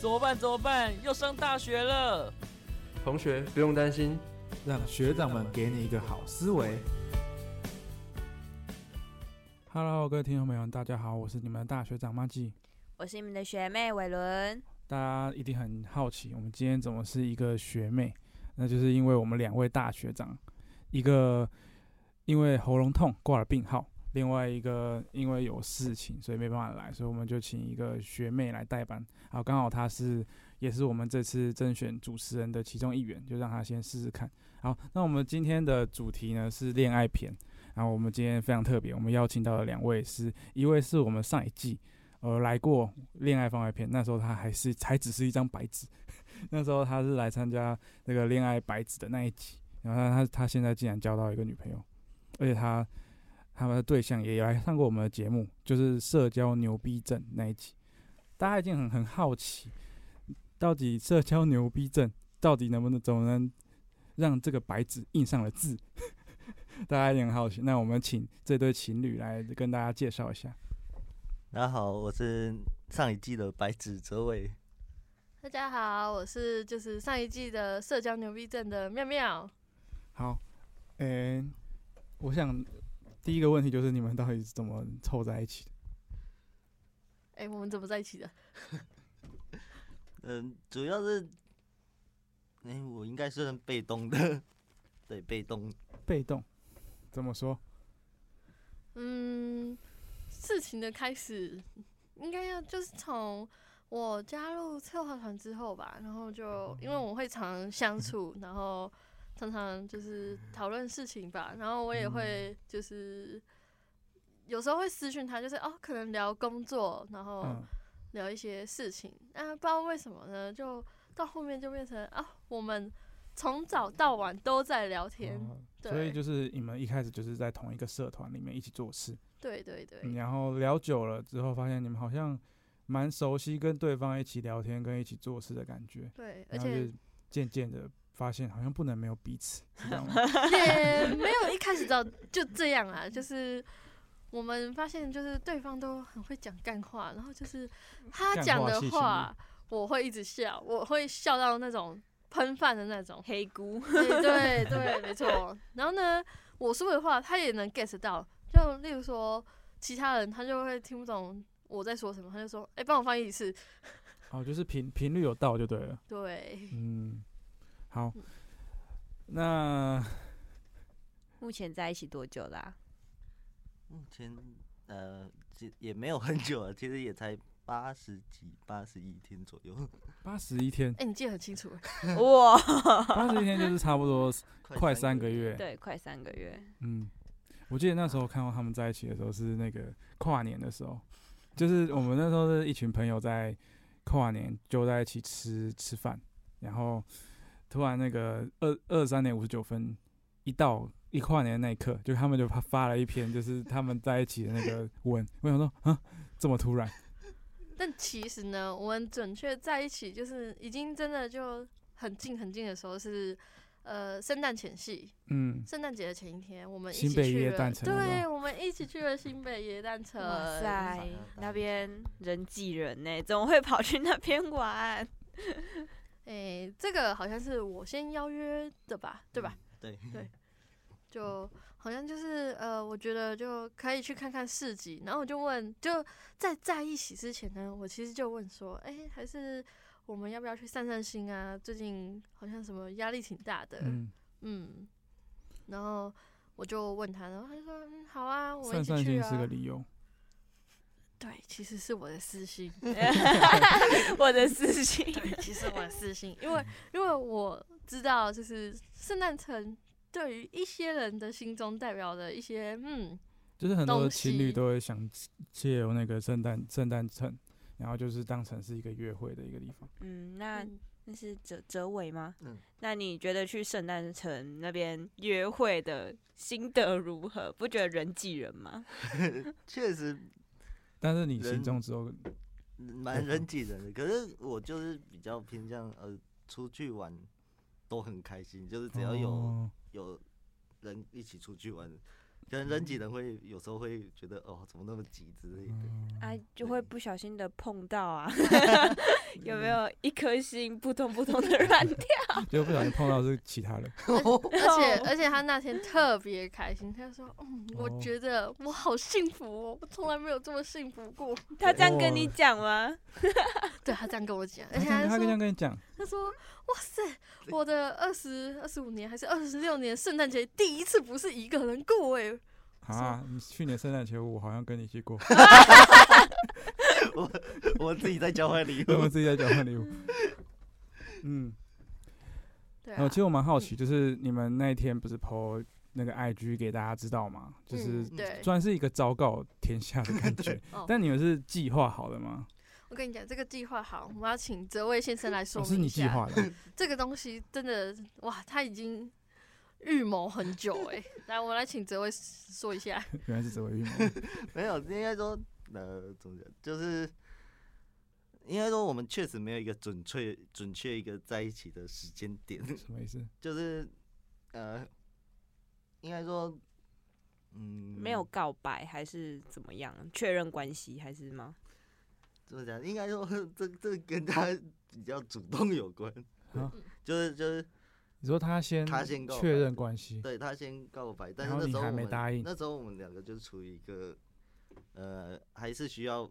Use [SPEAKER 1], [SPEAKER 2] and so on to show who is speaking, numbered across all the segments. [SPEAKER 1] 怎么办？怎么办？要上大学了！
[SPEAKER 2] 同学不用担心，
[SPEAKER 3] 让学长们给你一个好思维。
[SPEAKER 4] Hello，各位听众朋友，大家好，我是你们的大学长马季。
[SPEAKER 5] 我是你们的学妹伟伦。
[SPEAKER 4] 大家一定很好奇，我们今天怎么是一个学妹？那就是因为我们两位大学长，一个因为喉咙痛挂了病号，另外一个因为有事情，所以没办法来，所以我们就请一个学妹来代班。好，刚好她是也是我们这次甄选主持人的其中一员，就让她先试试看。好，那我们今天的主题呢是恋爱篇，然后我们今天非常特别，我们邀请到了两位是，一位是我们上一季。呃，来过恋爱番外篇，那时候她还是才只是一张白纸， 那时候她是来参加那个恋爱白纸的那一集，然后她她现在竟然交到一个女朋友，而且她他们的对象也来上过我们的节目，就是社交牛逼症那一集，大家一定很很好奇，到底社交牛逼症到底能不能怎么能让这个白纸印上了字， 大家一定很好奇。那我们请这对情侣来跟大家介绍一下。
[SPEAKER 6] 大家好，我是上一季的白纸哲伟。
[SPEAKER 7] 大家好，我是就是上一季的社交牛逼症的妙妙。
[SPEAKER 4] 好，嗯、我想第一个问题就是你们到底是怎么凑在一起的？
[SPEAKER 7] 哎、我们怎么在一起的？
[SPEAKER 6] 嗯，主要是，哎、我应该是很被动的， 对，被动。
[SPEAKER 4] 被动，怎么说？
[SPEAKER 7] 嗯，事情的开始应该要就是从我加入策划团之后吧，然后就因为我们会常常相处，然后常常就是讨论事情吧，然后我也会就是有时候会私讯他，就是哦，可能聊工作，然后
[SPEAKER 4] 嗯，
[SPEAKER 7] 聊一些事情。啊，不知道为什么呢，就到后面就变成啊，我们从早到晚都在聊天。
[SPEAKER 4] 哦
[SPEAKER 7] 对
[SPEAKER 4] 所以就是你们一开始就是在同一个社团里面一起做事，
[SPEAKER 7] 对对对，
[SPEAKER 4] 嗯然后聊久了之后，发现你们好像蛮熟悉跟对方一起聊天跟一起做事的感觉，
[SPEAKER 7] 对，而
[SPEAKER 4] 然后就
[SPEAKER 7] 且
[SPEAKER 4] 渐渐的发现好像不能没有彼此，是这 样吗？
[SPEAKER 7] 也没有一开始到就这样啊，就是。我们发现，就是对方都很会讲干话，然后就是他
[SPEAKER 4] 干
[SPEAKER 7] 讲
[SPEAKER 4] 话
[SPEAKER 7] 的
[SPEAKER 4] 系情
[SPEAKER 7] 话，我会一直笑，我会笑到那种喷饭的那种。
[SPEAKER 5] 黑姑，
[SPEAKER 7] 对 嗯对对，没错。然后呢，我说的话他也能 get 到，就例如说其他人他就会听不懂我在说什么，他就说：“哎、帮我翻译一次。
[SPEAKER 4] 哦，就是频频率有到就对了。”
[SPEAKER 7] 对，
[SPEAKER 4] 嗯，好，那
[SPEAKER 5] 目前在一起多久啦、
[SPEAKER 6] 目前呃，其也没有很久啊，其实也才八十几、八十一天左右，
[SPEAKER 4] 八十一天
[SPEAKER 7] 哎、，你记得很清楚。
[SPEAKER 5] 哇，
[SPEAKER 4] 八十一天就是差不多快三个
[SPEAKER 6] 月。
[SPEAKER 4] 月。
[SPEAKER 5] 对，快三个月，
[SPEAKER 4] 嗯，我记得那时候看到他们在一起的时候是那个跨年的时候，就是我们那时候是一群朋友在跨年就在一起吃吃饭，然后突然那个二二三点五十九分一到一跨年的那一刻，就他们就发发了一篇就是他们在一起的那个文，我想说啊，这么突然，
[SPEAKER 7] 但其实呢，我们准确在一起就是已经真的就很近很近的时候是。呃，圣诞前夕，
[SPEAKER 4] 嗯，
[SPEAKER 7] 圣诞节的前一天，我们一
[SPEAKER 4] 新
[SPEAKER 7] 起
[SPEAKER 4] 北
[SPEAKER 7] 去
[SPEAKER 4] 耶
[SPEAKER 7] 了
[SPEAKER 4] 诞城那
[SPEAKER 7] 对，
[SPEAKER 4] 种
[SPEAKER 7] 我们一起去了新北耶诞城。
[SPEAKER 5] 哇塞，那
[SPEAKER 6] 哎那
[SPEAKER 5] 边人挤人呢、怎么会跑去那边 玩？
[SPEAKER 7] 哎、这个好像是我先邀约的吧，对吧？
[SPEAKER 6] 对，
[SPEAKER 7] 就好像就是呃，我觉得就可以去看看市集，然后我就问，就在在一起之前呢，我其实就问说，哎、还是我们要不要去散散心啊？最近好像什么压力挺大的，嗯
[SPEAKER 4] 嗯，
[SPEAKER 7] 然后我就问他，然后他就说，嗯，好啊，我
[SPEAKER 4] 算
[SPEAKER 7] 们一
[SPEAKER 4] 算
[SPEAKER 7] 起去
[SPEAKER 4] 心
[SPEAKER 7] 啊。
[SPEAKER 4] 是个理由。
[SPEAKER 7] 对，其实是我的私心，
[SPEAKER 5] 我的事情，
[SPEAKER 7] 对，其实我的私心，因为因为我知道，就是圣诞城对于一些人的心中代表的一些嗯。
[SPEAKER 4] 就是很多
[SPEAKER 7] 东
[SPEAKER 4] 情侣
[SPEAKER 7] 西
[SPEAKER 4] 都会想借由那个圣诞圣诞城，然后就是当成是一个约会的一个地方。
[SPEAKER 5] 嗯，那
[SPEAKER 7] 嗯
[SPEAKER 5] 那是哲哲伟吗？
[SPEAKER 6] 嗯
[SPEAKER 5] 那你觉得去圣诞城那边约会的心得如何？不觉得人挤人吗？
[SPEAKER 6] 确实
[SPEAKER 4] 但是你心
[SPEAKER 6] 人
[SPEAKER 4] 中只有哦
[SPEAKER 6] 蛮人挤人的。可是我就是比较偏向呃，出去玩都很开心，就是只要有、
[SPEAKER 4] 哦
[SPEAKER 6] 有人一起出去玩，可能人挤人会有时候会觉得哦，怎么那么挤之类的。
[SPEAKER 4] 嗯
[SPEAKER 5] 哎，就会不小心的碰到啊， 有没有一颗心扑通扑通的乱跳？
[SPEAKER 4] 就不小心碰到是其他人，
[SPEAKER 7] 而且而且他那天特别开心，他说：“嗯， 我
[SPEAKER 4] 哦
[SPEAKER 7] 觉得我好幸福哦，我从来没有这么幸福过。
[SPEAKER 5] 他这样跟你讲吗？
[SPEAKER 7] 对”他这样跟我讲，
[SPEAKER 4] 他
[SPEAKER 7] 而且
[SPEAKER 4] 这样
[SPEAKER 7] 他
[SPEAKER 4] 哎他这样
[SPEAKER 7] 说
[SPEAKER 4] 跟你讲，：“
[SPEAKER 7] 他说哇塞，我的二十二十五年还是二十六年圣诞节第一次不是一个人过哎。
[SPEAKER 4] 啊，你去年圣诞节我好像跟你一起 过，
[SPEAKER 6] 我自己在交换礼
[SPEAKER 4] 我们
[SPEAKER 6] 物，
[SPEAKER 4] 自己在交换礼物。 嗯，”
[SPEAKER 7] 对
[SPEAKER 4] 然
[SPEAKER 7] 啊
[SPEAKER 4] 后其，实我蛮好奇，就是你们那一天不是 PO 那个 IG 给大家知道吗？就是
[SPEAKER 7] 嗯对，
[SPEAKER 4] 算是一个昭告天下的感 觉
[SPEAKER 7] 哦。
[SPEAKER 4] 但你们是计划好的吗？
[SPEAKER 7] 我跟你讲，这个计划好，我们要请泽卫先生来说
[SPEAKER 4] 哦，
[SPEAKER 7] 明一
[SPEAKER 4] 是
[SPEAKER 7] 下。
[SPEAKER 4] 你计划的，
[SPEAKER 7] 这个东西真的哇，他已经预谋很久哎、 来，我们来请泽伟说一下。
[SPEAKER 4] 原来是这位预 谋。
[SPEAKER 6] 没有，应该说呃，怎么讲，就是应该说我们确实没有一个准确准确一个在一起的时间点，
[SPEAKER 4] 什么意思？
[SPEAKER 6] 就是呃，应该说嗯，
[SPEAKER 5] 没有告白还是怎么样？确认关系还是吗？
[SPEAKER 6] 怎么讲？应该说 这这跟他比较主动有关，
[SPEAKER 4] 啊
[SPEAKER 6] 就是就是
[SPEAKER 4] 你说他先
[SPEAKER 6] 他先告白
[SPEAKER 4] 确认关系，
[SPEAKER 6] 对他先告白，但是
[SPEAKER 4] 然后
[SPEAKER 6] 那
[SPEAKER 4] 你
[SPEAKER 6] 时候
[SPEAKER 4] 还
[SPEAKER 6] 我
[SPEAKER 4] 没
[SPEAKER 6] 们
[SPEAKER 4] 答应
[SPEAKER 6] 那时候我们两个就处于一个呃，还是需要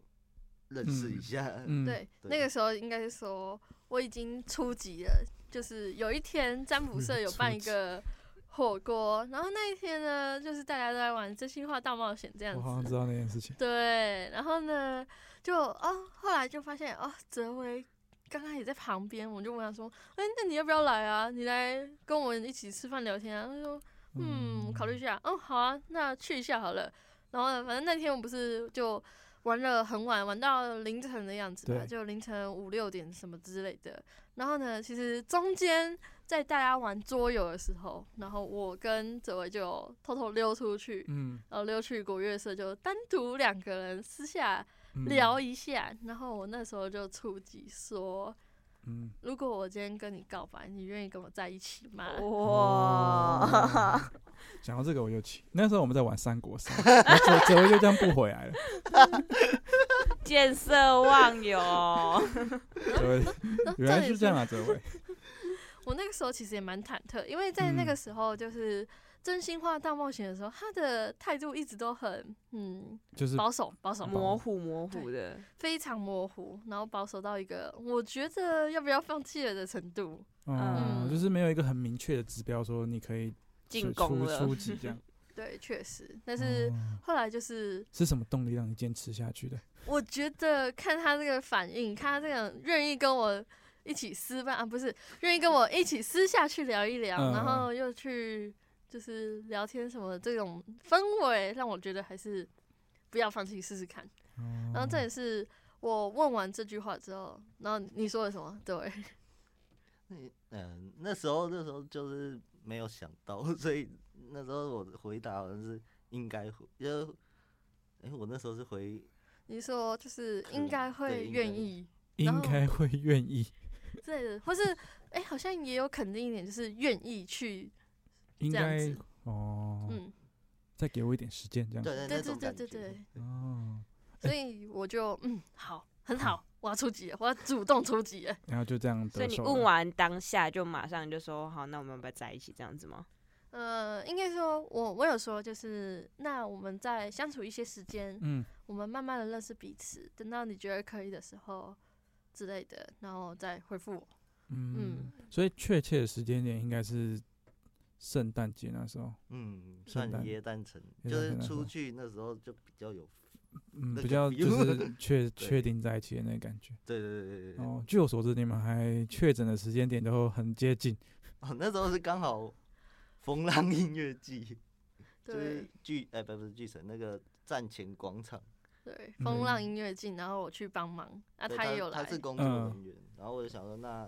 [SPEAKER 6] 认识一
[SPEAKER 4] 嗯
[SPEAKER 6] 下，
[SPEAKER 4] 嗯，
[SPEAKER 7] 对，
[SPEAKER 6] 对
[SPEAKER 7] 那个时候应该是说我已经初级了，就是有一天占
[SPEAKER 4] 嗯
[SPEAKER 7] 卜社有办一个火锅，然后那一天呢，就是大家都在玩真心话大冒险这样
[SPEAKER 4] 我好像
[SPEAKER 7] 子。
[SPEAKER 4] 知道那件事情。
[SPEAKER 7] 对，然后呢，就哦，后来就发现哦，泽维刚刚也在旁边，我就问他说，哎、那你要不要来啊？你来跟我们一起吃饭聊天啊？他说，嗯，考虑一下。嗯，好啊，那去一下好了。然后呢，反正那天我们不是就玩了很晚，玩到凌晨的样子吧，
[SPEAKER 4] 对
[SPEAKER 7] 就凌晨五六点什么之类的。然后呢，其实中间在大家玩桌游的时候，然后我跟泽维就偷偷溜出去，
[SPEAKER 4] 嗯，
[SPEAKER 7] 然后溜去国乐社，就单独两个人私下
[SPEAKER 4] 嗯
[SPEAKER 7] 聊，一下。然后我那时候就触及说，
[SPEAKER 4] 嗯，
[SPEAKER 7] 如果我今天跟你告白，你愿意跟我在一起吗？
[SPEAKER 4] 哦
[SPEAKER 5] 哇，
[SPEAKER 4] 讲到这个我就气。那时候我们在玩三国杀， 然后泽泽威就这样不回 来了。
[SPEAKER 5] 见色忘友，
[SPEAKER 4] 泽威
[SPEAKER 7] 然后
[SPEAKER 4] 原来
[SPEAKER 7] 重点
[SPEAKER 4] 是这样啊，泽威。
[SPEAKER 7] 我那个时候其实也蛮忐忑，因为在那个时候就是真心话大冒险的时候，他的态度一直都很嗯
[SPEAKER 4] 就是
[SPEAKER 7] 保守，保守，
[SPEAKER 5] 模糊模糊的，
[SPEAKER 7] 非常模糊，然后保守到一个我觉得要不要放弃了的程度。
[SPEAKER 4] 嗯，
[SPEAKER 7] 嗯
[SPEAKER 4] 就是没有一个很明确的指标说你可以
[SPEAKER 5] 进
[SPEAKER 4] 出
[SPEAKER 5] 攻
[SPEAKER 4] 出
[SPEAKER 5] 了
[SPEAKER 4] 出，击 这样。
[SPEAKER 7] 对，确实，但是
[SPEAKER 4] 哦
[SPEAKER 7] 后来就是
[SPEAKER 4] 是什么动力让你坚持下去的？
[SPEAKER 7] 我觉得看他这个反应，看他这个愿意跟我一起私吧，啊，不是愿意跟我一起私下去聊一聊，
[SPEAKER 4] 嗯
[SPEAKER 7] 然后又去就是聊天什么的这种氛围，让我觉得还是不要放弃试试看。嗯
[SPEAKER 4] 嗯
[SPEAKER 7] 然后这也是我问完这句话之后，然后你说了什么？对，
[SPEAKER 6] 嗯、那时候那时候就是没有想到， 所以那时候我的回答好像是应该回，因为哎、我那时候是回
[SPEAKER 7] 你说就是
[SPEAKER 6] 可
[SPEAKER 7] 应该会
[SPEAKER 6] 对应该
[SPEAKER 7] 愿意
[SPEAKER 4] 应
[SPEAKER 7] 然后
[SPEAKER 4] 该会愿意，
[SPEAKER 7] 之类的，或是哎、好像也有肯定一点，就是愿意去
[SPEAKER 4] 应
[SPEAKER 7] 这样
[SPEAKER 4] 该
[SPEAKER 7] 子
[SPEAKER 4] 哦，
[SPEAKER 7] 嗯，
[SPEAKER 4] 再给我一点时间这样。
[SPEAKER 6] 对
[SPEAKER 7] 对
[SPEAKER 6] 那
[SPEAKER 7] 对
[SPEAKER 6] 种
[SPEAKER 7] 对
[SPEAKER 6] 感
[SPEAKER 7] 对
[SPEAKER 6] 觉，
[SPEAKER 7] 对，
[SPEAKER 4] 哦，
[SPEAKER 7] 所以我就嗯好，很好，我要出击了，我要主动出击了。
[SPEAKER 4] 然后就这样
[SPEAKER 5] 所以
[SPEAKER 4] 得
[SPEAKER 5] 你
[SPEAKER 4] 手了。
[SPEAKER 5] 问完当下就马上就说好，那我们要不要在一起这样子吗？
[SPEAKER 7] 呃，应该说我我有说就是，那我们再相处一些时间，
[SPEAKER 4] 嗯，
[SPEAKER 7] 我们慢慢的认识彼此，等到你觉得可以的时候之类的，然后再回复我。
[SPEAKER 4] 嗯
[SPEAKER 7] 嗯，
[SPEAKER 4] 所以确切的时间点应该是圣诞节那时候，
[SPEAKER 6] 嗯，
[SPEAKER 4] 圣
[SPEAKER 6] 算
[SPEAKER 4] 诞
[SPEAKER 6] 耶诞城，
[SPEAKER 4] 耶
[SPEAKER 6] 就
[SPEAKER 4] 诞
[SPEAKER 6] 是
[SPEAKER 4] 城那时候
[SPEAKER 6] 出去那时候就比较有，
[SPEAKER 4] 嗯，
[SPEAKER 6] 那
[SPEAKER 4] 比
[SPEAKER 6] 个
[SPEAKER 4] 较就
[SPEAKER 6] feel
[SPEAKER 4] 是确
[SPEAKER 6] 对
[SPEAKER 4] 确定在一起的那个感觉。
[SPEAKER 6] 对对对对对，哦
[SPEAKER 4] 哦，据我所知，你们还确诊的时间点都很接近。
[SPEAKER 6] 哦那时候是刚好风浪音乐季，就
[SPEAKER 7] 对
[SPEAKER 6] 是巨哎、不不是巨城那个站前广场，
[SPEAKER 7] 对，
[SPEAKER 4] 嗯
[SPEAKER 7] 风浪音乐季，然后我去帮忙，啊，
[SPEAKER 6] 对
[SPEAKER 7] 他也有
[SPEAKER 6] 他
[SPEAKER 7] 来，
[SPEAKER 6] 是工作
[SPEAKER 4] 嗯
[SPEAKER 6] 人员，然后我就想说，那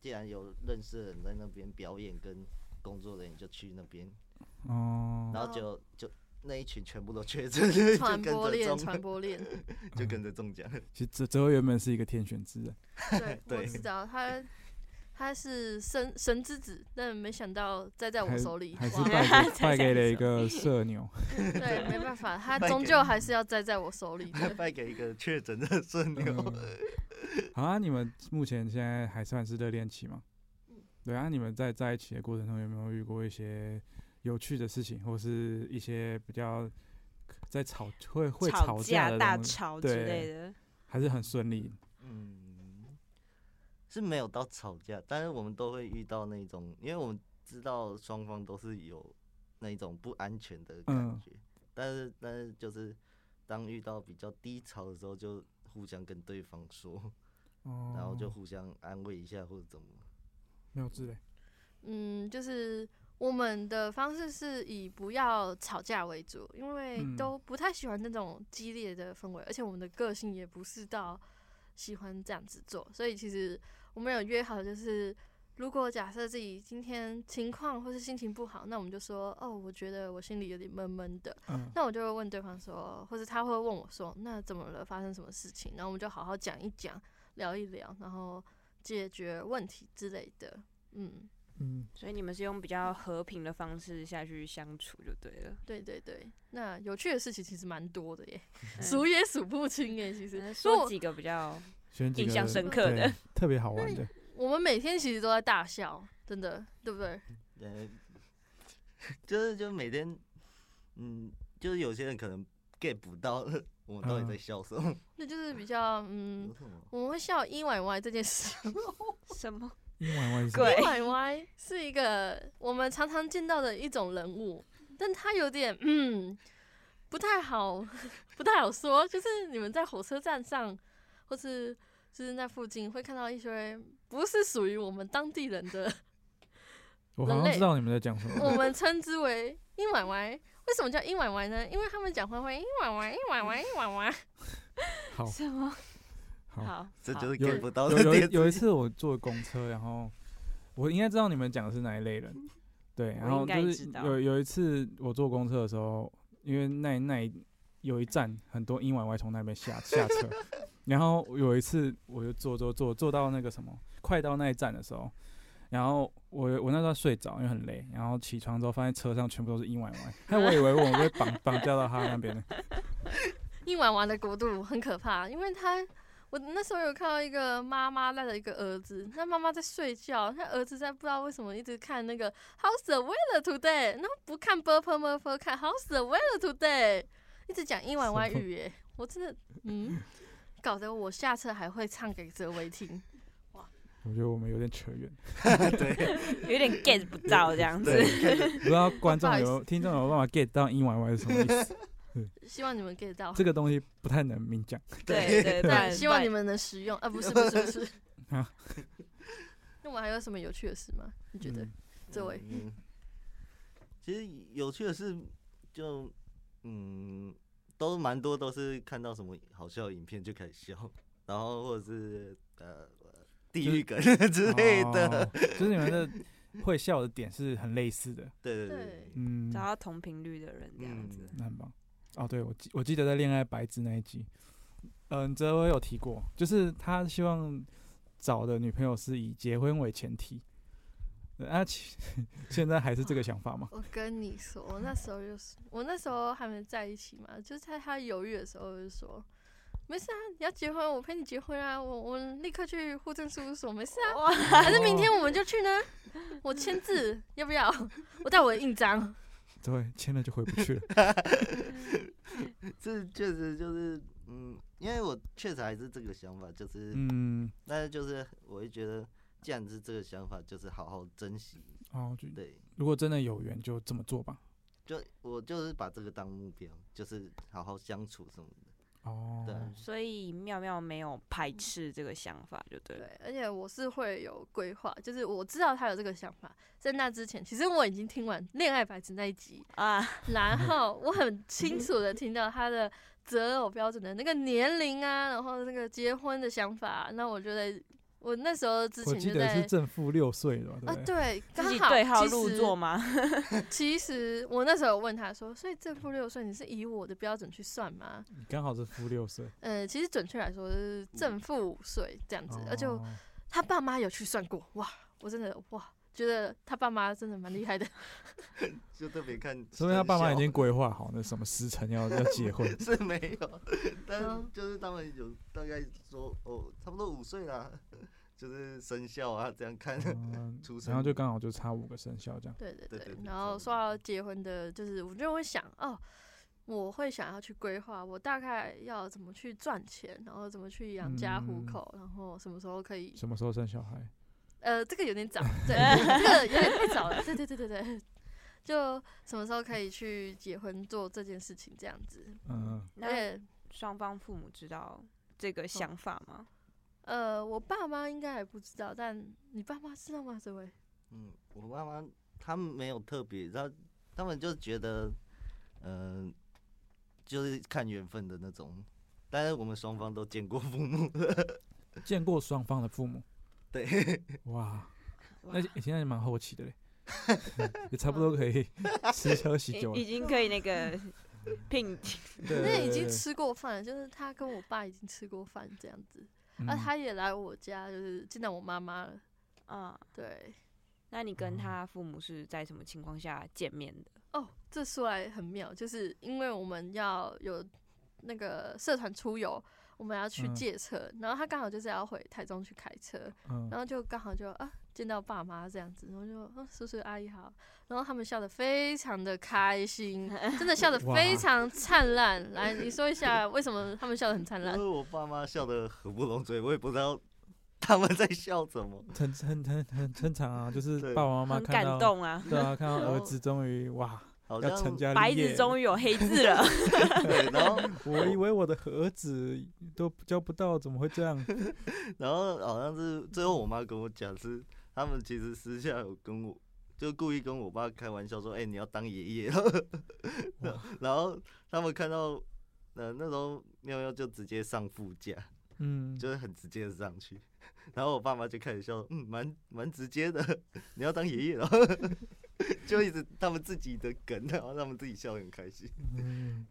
[SPEAKER 6] 既然有认识的人在那边表演跟工作人员，就去那边，
[SPEAKER 4] 哦，
[SPEAKER 6] 然后
[SPEAKER 7] 哦
[SPEAKER 6] 就就那一群全部都确诊， 就
[SPEAKER 7] 传
[SPEAKER 6] 跟
[SPEAKER 7] 播
[SPEAKER 6] 着
[SPEAKER 7] 链，
[SPEAKER 6] 中，
[SPEAKER 7] 传 播链。
[SPEAKER 6] 就跟着中奖。
[SPEAKER 4] 其实泽泽原本是一个天选之人，
[SPEAKER 7] 对，我
[SPEAKER 6] 对
[SPEAKER 7] 知道他，他是神神之子，但没想到栽在我手里，
[SPEAKER 4] 还是
[SPEAKER 7] 哇
[SPEAKER 4] 败
[SPEAKER 5] 哇
[SPEAKER 4] 给败给了一个社牛。
[SPEAKER 7] 对，没办法，他
[SPEAKER 6] 败
[SPEAKER 7] 终
[SPEAKER 6] 给
[SPEAKER 7] 究
[SPEAKER 6] 你
[SPEAKER 7] 还是要栽在我手里的。
[SPEAKER 6] 败给一个确诊的 顺牛。
[SPEAKER 4] 嗯 好啊，你们目前现在还算是热恋期吗？对啊，你们在在一起的过程中有没有遇过一些有趣的事情，或是一些比较在吵会会吵
[SPEAKER 5] 架、
[SPEAKER 4] 的
[SPEAKER 5] 大
[SPEAKER 4] 东西，
[SPEAKER 5] 吵之
[SPEAKER 4] 对
[SPEAKER 5] 类的，
[SPEAKER 4] 还是很顺利？
[SPEAKER 6] 嗯，是没有到吵架，但是我们都会遇到那种，因为我们知道双方都是有那种不安全的感
[SPEAKER 4] 嗯
[SPEAKER 6] 觉，但是但是就是当遇到比较低潮的时候，就互相跟对方说，
[SPEAKER 4] 哦，
[SPEAKER 6] 然后就互相安慰一下或者怎么。
[SPEAKER 4] 没有之类。
[SPEAKER 7] 嗯，就是我们的方式是以不要吵架为主，因为
[SPEAKER 4] 嗯
[SPEAKER 7] 都不太喜欢那种激烈的氛围，而且我们的个性也不是到喜欢这样子做，所以其实我们有约好，就是如果假设自己今天情况或是心情不好，那我们就说哦，我觉得我心里有点闷闷的，
[SPEAKER 4] 嗯
[SPEAKER 7] 那我就会问对方说，或者他会问我说，那怎么了？发生什么事情？然后我们就好好讲一讲，聊一聊，然后解决问题之类的，嗯。
[SPEAKER 4] 嗯，
[SPEAKER 5] 所以你们是用比较和平的方式下去相处就对了。
[SPEAKER 7] 对对对，那有趣的事情其实蛮多的耶，
[SPEAKER 5] 嗯
[SPEAKER 7] 数也数不清耶。其
[SPEAKER 5] 嗯，
[SPEAKER 7] 实因为
[SPEAKER 5] 说
[SPEAKER 7] 我
[SPEAKER 5] 几个比较
[SPEAKER 4] 选几
[SPEAKER 5] 印
[SPEAKER 4] 个
[SPEAKER 5] 象深刻的
[SPEAKER 4] 对，特别好 玩的。
[SPEAKER 7] 我们每天其实都在大笑，真的，对不对？
[SPEAKER 6] 呃，就是就每天，嗯，就是有些人可能 get 不到我们到底在
[SPEAKER 4] 嗯
[SPEAKER 6] 笑什么。
[SPEAKER 7] 那就是比较嗯
[SPEAKER 6] 有，什么
[SPEAKER 7] 我们会笑一歪歪这件事。
[SPEAKER 5] 什么
[SPEAKER 4] 英文外
[SPEAKER 5] 鬼
[SPEAKER 7] 一歪歪是一个我们常常见到的一种人物，但他有点嗯不太好， 不太好说。就是你们在火车站上，或是就是那附近会看到一些不是属于我们当地人的。
[SPEAKER 4] 我好
[SPEAKER 7] 人类
[SPEAKER 4] 像知道你们在讲什
[SPEAKER 7] 我
[SPEAKER 4] 么。
[SPEAKER 7] 们称之为英歪歪。为什么叫英歪歪呢？因为他们讲话会英歪歪、英歪歪、英歪歪。
[SPEAKER 4] 好，
[SPEAKER 5] 什么
[SPEAKER 4] 好
[SPEAKER 5] 好，
[SPEAKER 6] 这就是
[SPEAKER 4] 有
[SPEAKER 6] get 不到的
[SPEAKER 4] 有有
[SPEAKER 6] 点
[SPEAKER 4] 一。有一次我坐公车，然后我应该知道你们讲的是哪一类人，对，然
[SPEAKER 5] 应
[SPEAKER 4] 后
[SPEAKER 5] 该
[SPEAKER 4] 就
[SPEAKER 5] 知
[SPEAKER 4] 是
[SPEAKER 5] 道
[SPEAKER 4] 有有一次我坐公车的时候，因为那那一有一站很多英婉歪从那边下下车，然后有一次我就坐坐坐坐到那个什么快到那一站的时候。然后我我那时候睡着，因为很累。然后起床之后，发现车上全部都是英婉歪，害我以为我被绑绑架到他那边呢。
[SPEAKER 7] 英歪歪的国度很可怕，因为他我那时候有看到一个妈妈带着一个儿子，那妈妈在睡觉，那儿子在不知道为什么一直看那个 How's the weather today，然后不看 Burp m u r p 看 How's the weather today，一直讲英歪歪语耶，我真的嗯，搞得我下车还会唱给泽维听。
[SPEAKER 4] 我觉得我们有点扯远。
[SPEAKER 5] 有点 get 不到这样子。
[SPEAKER 4] 不知道观
[SPEAKER 5] 哦
[SPEAKER 4] 众有没
[SPEAKER 7] 不好
[SPEAKER 4] 有、听众有没有办法 get 到英文歪是什么意思？
[SPEAKER 7] 希望你们 get 到
[SPEAKER 4] 这，个东西不太能明讲。
[SPEAKER 5] 对对
[SPEAKER 7] 对，
[SPEAKER 5] 对，
[SPEAKER 7] 希望你们能使用啊，不是不是不是
[SPEAKER 4] 啊。
[SPEAKER 7] 那我们还有什么有趣的事吗？你觉得
[SPEAKER 4] 嗯
[SPEAKER 7] 这位
[SPEAKER 6] 嗯，其实有趣的是，就嗯，都蛮多都是看到什么好笑的影片就开始笑， 然后或者是呃地
[SPEAKER 4] 就是
[SPEAKER 6] 狱梗之类的，
[SPEAKER 4] 哦就是你们的会笑的点是很类似的。
[SPEAKER 6] 对对嗯
[SPEAKER 7] 对
[SPEAKER 6] 对，
[SPEAKER 4] 嗯，
[SPEAKER 5] 找到同频率的人这样子。
[SPEAKER 4] 那很棒。哦，对，我记我记得在恋爱白痴那一集，嗯，哲伟有提过，就是他希望找的女朋友是以结婚为前提。呃啊，其 现在还是这个想法吗？
[SPEAKER 7] 我跟你说，我那时候就是我那时候还没在一起嘛，就是在他犹豫的时候，我就说没事啊，你要结婚，我陪你结婚啊，我我们立刻去户政事务所，没事啊，
[SPEAKER 5] 哇，哦
[SPEAKER 7] 还是明天我们就去呢，我签字要不要？我带我的印章，
[SPEAKER 4] 对，签了就回不去 了。
[SPEAKER 6] 这确实就是嗯，因为我确实还是这个想法，就是，
[SPEAKER 4] 嗯，
[SPEAKER 6] 但是就是我会觉得，既然是这个想法，就是好好珍惜，
[SPEAKER 4] 哦，就
[SPEAKER 6] 对。
[SPEAKER 4] 如果真的有缘，就这么做吧。
[SPEAKER 6] 就我就是把这个当目标，就是好好相处什么的。
[SPEAKER 4] 哦，
[SPEAKER 6] 对啊，
[SPEAKER 5] 所以妙妙没有排斥这个想法，就 嗯对了。
[SPEAKER 7] 对，而且我是会有规划，就是我知道他有这个想法，在那之前，其实我已经听完《恋爱白痴》那一集，
[SPEAKER 5] 啊，
[SPEAKER 7] 然后我很清楚的听到他的择偶标准的那个年龄啊，然后那个结婚的想法啊、那我就在我那时候之
[SPEAKER 4] 我
[SPEAKER 7] 前
[SPEAKER 4] 记
[SPEAKER 7] 就
[SPEAKER 4] 得是
[SPEAKER 7] 在
[SPEAKER 4] 正负六岁的吧，对
[SPEAKER 7] 啊
[SPEAKER 4] 不对？
[SPEAKER 7] 对，
[SPEAKER 5] 自
[SPEAKER 7] 刚
[SPEAKER 5] 己
[SPEAKER 7] 好
[SPEAKER 5] 对号
[SPEAKER 7] 其
[SPEAKER 5] 入
[SPEAKER 7] 实
[SPEAKER 5] 座吗？
[SPEAKER 7] 其实我那时候有问他说，所以正负六岁你是以我的标准去算吗？
[SPEAKER 4] 你刚好是负六岁，
[SPEAKER 7] 呃，其实准确来说是正负五岁这样子，而且
[SPEAKER 4] 哦
[SPEAKER 7] 他爸妈有去算过，哇，我真的哇，觉得他爸妈真的蛮厉害的。
[SPEAKER 6] 就特别 看生肖。，
[SPEAKER 4] 说明他爸妈已经规划好那什么时辰要要结婚
[SPEAKER 6] 是没有，但是
[SPEAKER 7] 嗯
[SPEAKER 6] 就是他们有大概说哦，差不多五岁啦， 就是生肖啊这样看。
[SPEAKER 4] 嗯
[SPEAKER 6] 出生
[SPEAKER 4] 然后就刚好就差五个生肖这样。
[SPEAKER 7] 对对
[SPEAKER 6] 对
[SPEAKER 7] 对，
[SPEAKER 6] 对对
[SPEAKER 7] 然
[SPEAKER 6] 差
[SPEAKER 7] 后
[SPEAKER 6] 不
[SPEAKER 7] 说
[SPEAKER 6] 多
[SPEAKER 7] 到结婚的，就是我就会想哦，我会想要去规划，我大概要怎么去赚钱，然后怎么去养家糊
[SPEAKER 4] 嗯
[SPEAKER 7] 口，然后什么时候可以，
[SPEAKER 4] 什么时候生小孩？
[SPEAKER 7] 呃，这个有点早，对，这个有点太早了，对对对对对，就什么时候可以去结婚做这件事情这样子，
[SPEAKER 4] 嗯，
[SPEAKER 7] 而
[SPEAKER 5] 那
[SPEAKER 7] 且
[SPEAKER 5] 双方父母知道这个想法吗？
[SPEAKER 7] 呃，我爸妈应该还不知道，但你爸妈知道吗？这位，
[SPEAKER 6] 嗯，我爸妈他们没有特别，他他们就觉得，嗯、就是看缘分的那种。但是我们双方都见过父母， 嗯
[SPEAKER 4] 见过双方的父母，
[SPEAKER 6] 对，
[SPEAKER 4] 哇，
[SPEAKER 5] 哇
[SPEAKER 4] 那你现在蛮后期 的嘞，也差不多可以吃喝喜酒
[SPEAKER 5] 已已
[SPEAKER 4] 了。
[SPEAKER 5] 经可以那个 聘
[SPEAKER 4] 对
[SPEAKER 7] 那已
[SPEAKER 4] 对
[SPEAKER 7] 经
[SPEAKER 4] 对
[SPEAKER 7] 吃过饭了，就是他跟我爸已经吃过饭这样子。
[SPEAKER 5] 呃
[SPEAKER 4] 嗯
[SPEAKER 7] 啊，他也来我家，就是见到我妈妈了。
[SPEAKER 5] 啊、
[SPEAKER 7] 对，
[SPEAKER 5] 那你跟他父母是在什么情况下见面的？
[SPEAKER 7] 哦，这说来很妙，就是因为我们要有那个社团出游，我们要去
[SPEAKER 4] 嗯
[SPEAKER 7] 借车，然后他刚好就是要回台中去开车，
[SPEAKER 4] 嗯
[SPEAKER 7] 然后就刚好就啊见到爸妈这样子，然后就啊叔叔阿姨好，然后他们笑得非常的开心，真的笑得 非
[SPEAKER 4] 哇
[SPEAKER 7] 常灿烂。来，你说一下为什么他们笑得很灿
[SPEAKER 6] 因
[SPEAKER 7] 烂
[SPEAKER 4] 嗯
[SPEAKER 6] 为？我爸妈笑得合不拢嘴，我也不知道他们在笑什么。
[SPEAKER 4] 很很很很正常啊，就是
[SPEAKER 6] 对
[SPEAKER 4] 爸爸妈妈
[SPEAKER 5] 很
[SPEAKER 4] 看
[SPEAKER 5] 感
[SPEAKER 4] 到，
[SPEAKER 5] 动啊，
[SPEAKER 4] 对啊，看到
[SPEAKER 7] 然后
[SPEAKER 4] 儿子 终于哇
[SPEAKER 6] 好
[SPEAKER 4] 要成
[SPEAKER 6] 像
[SPEAKER 4] 家
[SPEAKER 5] 白
[SPEAKER 4] 立
[SPEAKER 5] 纸
[SPEAKER 4] 业，
[SPEAKER 5] 终于有黑 字了。
[SPEAKER 6] 对，然后
[SPEAKER 4] 我以为我的儿子都交不到，怎么会这 样？
[SPEAKER 6] 然后好像是最后我妈跟我讲是，他们其实私下有跟我，就故意跟我爸开玩笑说，哎、你要当爷爷。然后 然后他们看到，呃，那时候喵喵就直接上副驾，
[SPEAKER 4] 嗯，
[SPEAKER 6] 就是很直接的上去。 然后我爸妈就开始笑，嗯，蛮蛮直接的，你要当爷爷了。 就一直他们自己的梗，然后他们自己笑得很开心。
[SPEAKER 4] 嗯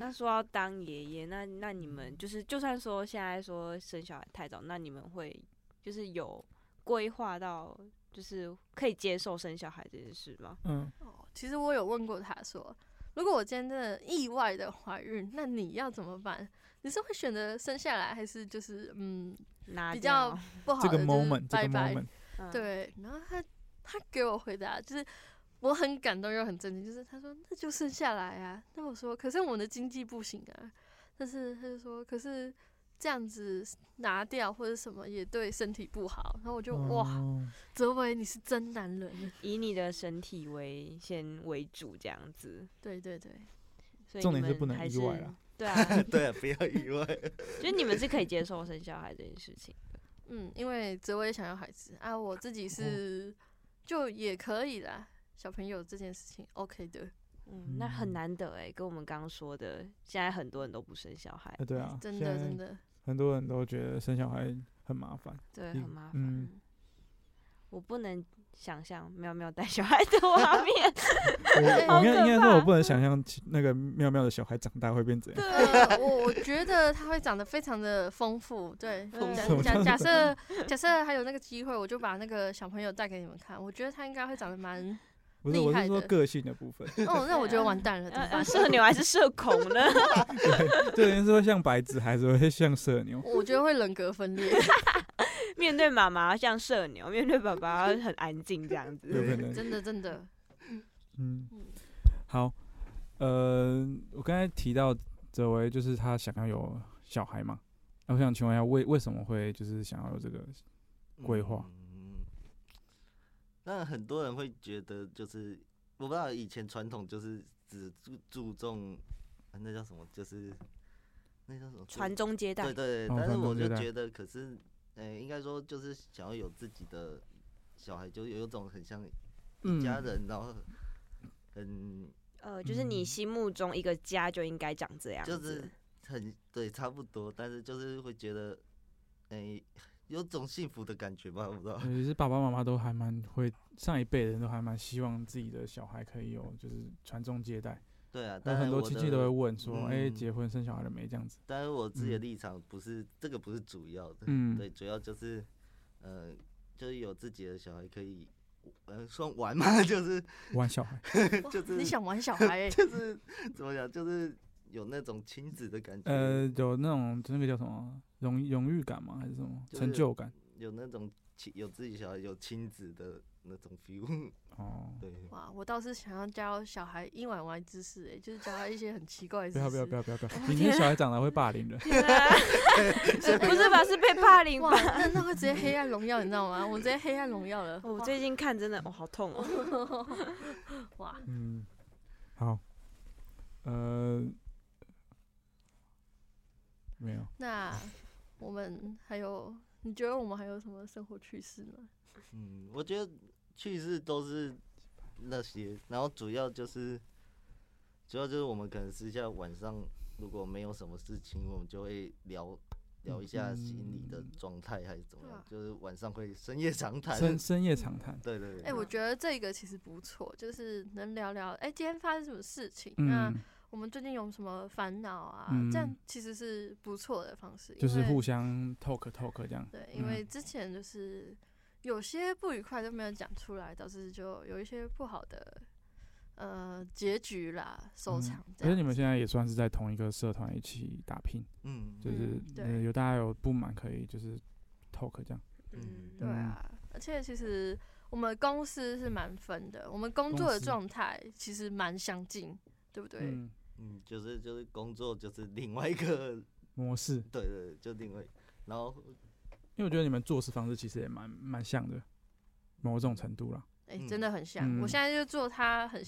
[SPEAKER 5] 那说要当爷爷，那那你们就是，就算说现在说生小孩太早，那你们会就是有规划到，就是可以接受生小孩这件事吗？
[SPEAKER 4] 嗯，
[SPEAKER 7] 哦，其实我有问过他说，如果我今天真的意外的怀孕，那你要怎么办？你是会选择生下来，还是就是嗯
[SPEAKER 5] 拿
[SPEAKER 7] 比
[SPEAKER 5] 掉
[SPEAKER 7] 较不好
[SPEAKER 4] 这
[SPEAKER 7] 的
[SPEAKER 4] 个
[SPEAKER 7] 就是
[SPEAKER 4] moment，这
[SPEAKER 7] 拜
[SPEAKER 4] 个
[SPEAKER 7] 拜
[SPEAKER 4] moment，
[SPEAKER 5] 嗯
[SPEAKER 7] 对，然后他他给我回答就是。我很感动又很震惊，就是他说那就生下来啊，那我说可是我们的经济不行啊，但是他就说可是这样子拿掉或者什么也对身体不好，然后我就、哇，
[SPEAKER 4] 哦，
[SPEAKER 7] 泽伟你是真男人，
[SPEAKER 5] 以你的身体为先为主这样子，
[SPEAKER 7] 对对对，
[SPEAKER 5] 所以
[SPEAKER 4] 重
[SPEAKER 5] 你
[SPEAKER 4] 点是
[SPEAKER 5] 们
[SPEAKER 4] 不能
[SPEAKER 5] 还
[SPEAKER 4] 意外
[SPEAKER 5] 是
[SPEAKER 4] 啦。
[SPEAKER 5] 对啊，
[SPEAKER 6] 对、啊，不要意外。
[SPEAKER 5] 就是你们是可以接受生小孩这件事情。
[SPEAKER 7] 嗯，因为泽伟想要孩子啊，我自己是、
[SPEAKER 4] 哦
[SPEAKER 7] 就也可以啦，小朋友这件事情 OK 的，
[SPEAKER 5] 嗯，那
[SPEAKER 4] 嗯
[SPEAKER 5] 很难得哎、跟我们刚刚说的，现在很多人都不生小孩，
[SPEAKER 4] 呃对啊，
[SPEAKER 7] 哎真的真
[SPEAKER 4] 的，
[SPEAKER 7] 的，
[SPEAKER 4] 很多人都觉得生小孩很麻烦，
[SPEAKER 5] 对，
[SPEAKER 4] 嗯
[SPEAKER 5] 很麻烦。
[SPEAKER 4] 嗯，
[SPEAKER 5] 我不能想象喵喵带小孩的 画面，
[SPEAKER 4] 我我
[SPEAKER 7] 哎
[SPEAKER 5] 好
[SPEAKER 4] 应该应
[SPEAKER 5] 可
[SPEAKER 4] 该说，我
[SPEAKER 5] 怕
[SPEAKER 4] 不能
[SPEAKER 7] 嗯
[SPEAKER 4] 想象其那个妙妙的小孩长大会变怎样。
[SPEAKER 7] 呃，我我觉得他会长得非常的丰富，对
[SPEAKER 5] 丰，
[SPEAKER 7] 假
[SPEAKER 4] 富
[SPEAKER 7] 假假设假设还有那个机会，我就把那个小朋友带给你们看，我觉得他应该会长得蛮，
[SPEAKER 4] 不是，
[SPEAKER 7] 厉
[SPEAKER 4] 我
[SPEAKER 7] 害
[SPEAKER 4] 是说
[SPEAKER 7] 的
[SPEAKER 4] 个性的部分，
[SPEAKER 7] 哦，那我觉得完蛋了，怎么
[SPEAKER 5] 呃
[SPEAKER 7] 办？
[SPEAKER 5] 社牛还是社恐呢？
[SPEAKER 4] 对，这人是会像白纸，还是会像社牛？
[SPEAKER 7] 我觉得会人格 分裂，
[SPEAKER 5] 面对妈妈像社牛，面对爸爸很安静这样
[SPEAKER 4] 有
[SPEAKER 5] 子。
[SPEAKER 4] 可能，
[SPEAKER 7] 真的 真的，
[SPEAKER 4] 嗯
[SPEAKER 7] 嗯，
[SPEAKER 4] 好，呃，我刚才提到泽维，就是他想要有小孩嘛，那我想请问一下，为为什么会就是想要有这个？规划
[SPEAKER 6] 嗯，那很多人会觉得，就是我不知道以前传统就是只注注重、啊那叫什么，就是那叫什么
[SPEAKER 5] 传宗接代
[SPEAKER 6] 对，对
[SPEAKER 4] 哦
[SPEAKER 6] 对，但是
[SPEAKER 4] 传
[SPEAKER 6] 我
[SPEAKER 4] 宗接
[SPEAKER 6] 就
[SPEAKER 4] 代
[SPEAKER 6] 觉得，可是呃、应该说就是想要有自己的小孩，就有一种很像
[SPEAKER 7] 嗯
[SPEAKER 4] 嗯
[SPEAKER 6] 一家人，然后很
[SPEAKER 5] 呃，就是你心目中一个家就应该长这样
[SPEAKER 6] 就
[SPEAKER 5] 子
[SPEAKER 6] 是。很对差不多，但是就是会觉得，哎、有种幸福的感觉吧，我不知道
[SPEAKER 4] 尤。其是爸爸妈妈都还蛮会，上一辈的人都还蛮希望自己的小孩可以有就是传宗接代，
[SPEAKER 6] 对啊，
[SPEAKER 4] 还有
[SPEAKER 6] 但
[SPEAKER 4] 很
[SPEAKER 6] 是
[SPEAKER 4] 多
[SPEAKER 6] 我
[SPEAKER 4] 亲
[SPEAKER 6] 的
[SPEAKER 4] 戚都会问说，哎、
[SPEAKER 6] 嗯
[SPEAKER 4] 结婚生小孩了没？这样子，
[SPEAKER 6] 但是我自己的
[SPEAKER 4] 嗯
[SPEAKER 6] 立场不是、这个，不是主要的，
[SPEAKER 4] 嗯
[SPEAKER 6] 对，主要就是，呃，就是有自己的小孩可以，呃，算玩嘛， 就是
[SPEAKER 4] 玩小孩，
[SPEAKER 7] 哇
[SPEAKER 6] 就是
[SPEAKER 7] 你想玩小孩、 欸，
[SPEAKER 6] 就是怎么讲，就是有那种亲子的感觉，
[SPEAKER 4] 呃，有那种那个叫什么荣荣誉感吗？还是什么
[SPEAKER 6] 就是
[SPEAKER 4] 成就感？
[SPEAKER 6] 有那种亲有自己小孩有亲子的那种 feel，
[SPEAKER 4] 哦，
[SPEAKER 6] 对，
[SPEAKER 7] 哇，我倒是想要教小孩一晚玩知识、欸，就是教他一些很奇怪的知
[SPEAKER 4] 不
[SPEAKER 7] 识。
[SPEAKER 4] 要不要不要不要不要！ 明天小孩长大会霸凌的。
[SPEAKER 5] 天啊 不是 吧？是被霸凌吧
[SPEAKER 7] 哇，？那那会直接黑暗荣耀，你知道吗？我直接黑暗荣耀 了。
[SPEAKER 5] 我最近看真的，我、哦、好痛哦。
[SPEAKER 7] 哇，
[SPEAKER 4] 嗯，好，呃，没有，
[SPEAKER 7] 那我们还有，你觉得我们还有什么生活趣事吗？
[SPEAKER 6] 嗯，我觉得趣事都是那些，然后主要就是主要就是我们可能私下晚上如果没有什么事情，我们就会聊。聊一下心理的
[SPEAKER 4] 嗯
[SPEAKER 6] 状态还是怎么样
[SPEAKER 7] 哇，
[SPEAKER 6] 就是晚上会深夜长谈。
[SPEAKER 4] 深深夜长谈。
[SPEAKER 6] 对对对，嗯
[SPEAKER 7] 哎、我觉得这个其实不错，就是能聊聊，哎、今天发生什么事情？那
[SPEAKER 4] 嗯，
[SPEAKER 7] 我们最近有什么烦恼啊？
[SPEAKER 4] 嗯
[SPEAKER 7] 这样其实是不错的方式，
[SPEAKER 4] 就是
[SPEAKER 7] 因为
[SPEAKER 4] 互相 talk talk 这样。
[SPEAKER 7] 对，因
[SPEAKER 4] 嗯
[SPEAKER 7] 为之前就是有些不愉快都没有讲出来，导致就有一些不好的呃结局啦，收场
[SPEAKER 4] 而且
[SPEAKER 7] 这样子。
[SPEAKER 4] 嗯你们现在也算是在同一个社团一起打拼，
[SPEAKER 6] 嗯，
[SPEAKER 4] 就
[SPEAKER 7] 嗯
[SPEAKER 4] 是、
[SPEAKER 7] 对
[SPEAKER 4] 呃有大家有不满可以就是 talk 这样。
[SPEAKER 5] 嗯，
[SPEAKER 7] 对啊，而且其实我们公司是蛮分的，我们工作的
[SPEAKER 4] 公司
[SPEAKER 7] 状态其实蛮相近，对不对？
[SPEAKER 4] 嗯，
[SPEAKER 6] 嗯，就是就是工作就是另外一个，
[SPEAKER 4] 模式，
[SPEAKER 6] 对对对，就另外，然后
[SPEAKER 4] 因为我觉得你们做事方式其实也蛮蛮像的，某种程度啦，
[SPEAKER 7] 哎、
[SPEAKER 6] 嗯
[SPEAKER 7] 真的很像。我
[SPEAKER 4] 嗯
[SPEAKER 7] 现在就做他很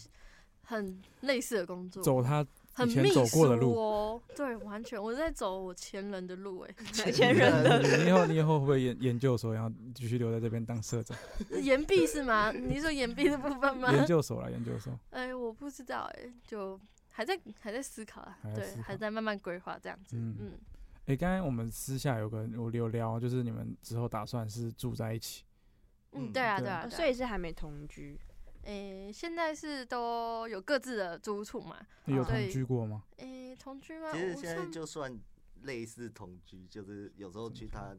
[SPEAKER 7] 很类似的工作，
[SPEAKER 4] 走他
[SPEAKER 7] 很
[SPEAKER 4] 以前
[SPEAKER 7] 秘
[SPEAKER 4] 走过的
[SPEAKER 7] 书
[SPEAKER 4] 路
[SPEAKER 7] 哦，对，完全我在走我前人的路、 哎，
[SPEAKER 5] 前人的
[SPEAKER 4] 你以后你以后会不会研研究所，然后继续留在这边当社长？
[SPEAKER 7] 岩壁是 吗？你是说岩壁的部分吗？
[SPEAKER 4] 研究所啦，研究所，
[SPEAKER 7] 哎、我不知道、哎，就还在还在思考啊
[SPEAKER 4] 还，在
[SPEAKER 7] 对
[SPEAKER 4] 思，考
[SPEAKER 7] 还在慢慢规划这样子，
[SPEAKER 4] 嗯
[SPEAKER 7] 嗯，
[SPEAKER 4] 诶，刚才我们私下有个我有聊，就是你们之后打算是住在一起，
[SPEAKER 7] 嗯，
[SPEAKER 6] 嗯
[SPEAKER 7] 对啊，
[SPEAKER 4] 对
[SPEAKER 7] 对啊，
[SPEAKER 5] 哦
[SPEAKER 7] 对啊
[SPEAKER 5] 所以是还没同居，
[SPEAKER 7] 诶、现在是都有各自的住处嘛？
[SPEAKER 4] 你有
[SPEAKER 7] 哦对
[SPEAKER 4] 同居过吗？
[SPEAKER 7] 诶、同居吗？
[SPEAKER 6] 其实
[SPEAKER 7] 我
[SPEAKER 6] 现在
[SPEAKER 7] 上
[SPEAKER 6] 就算类似同居，就是有时候去他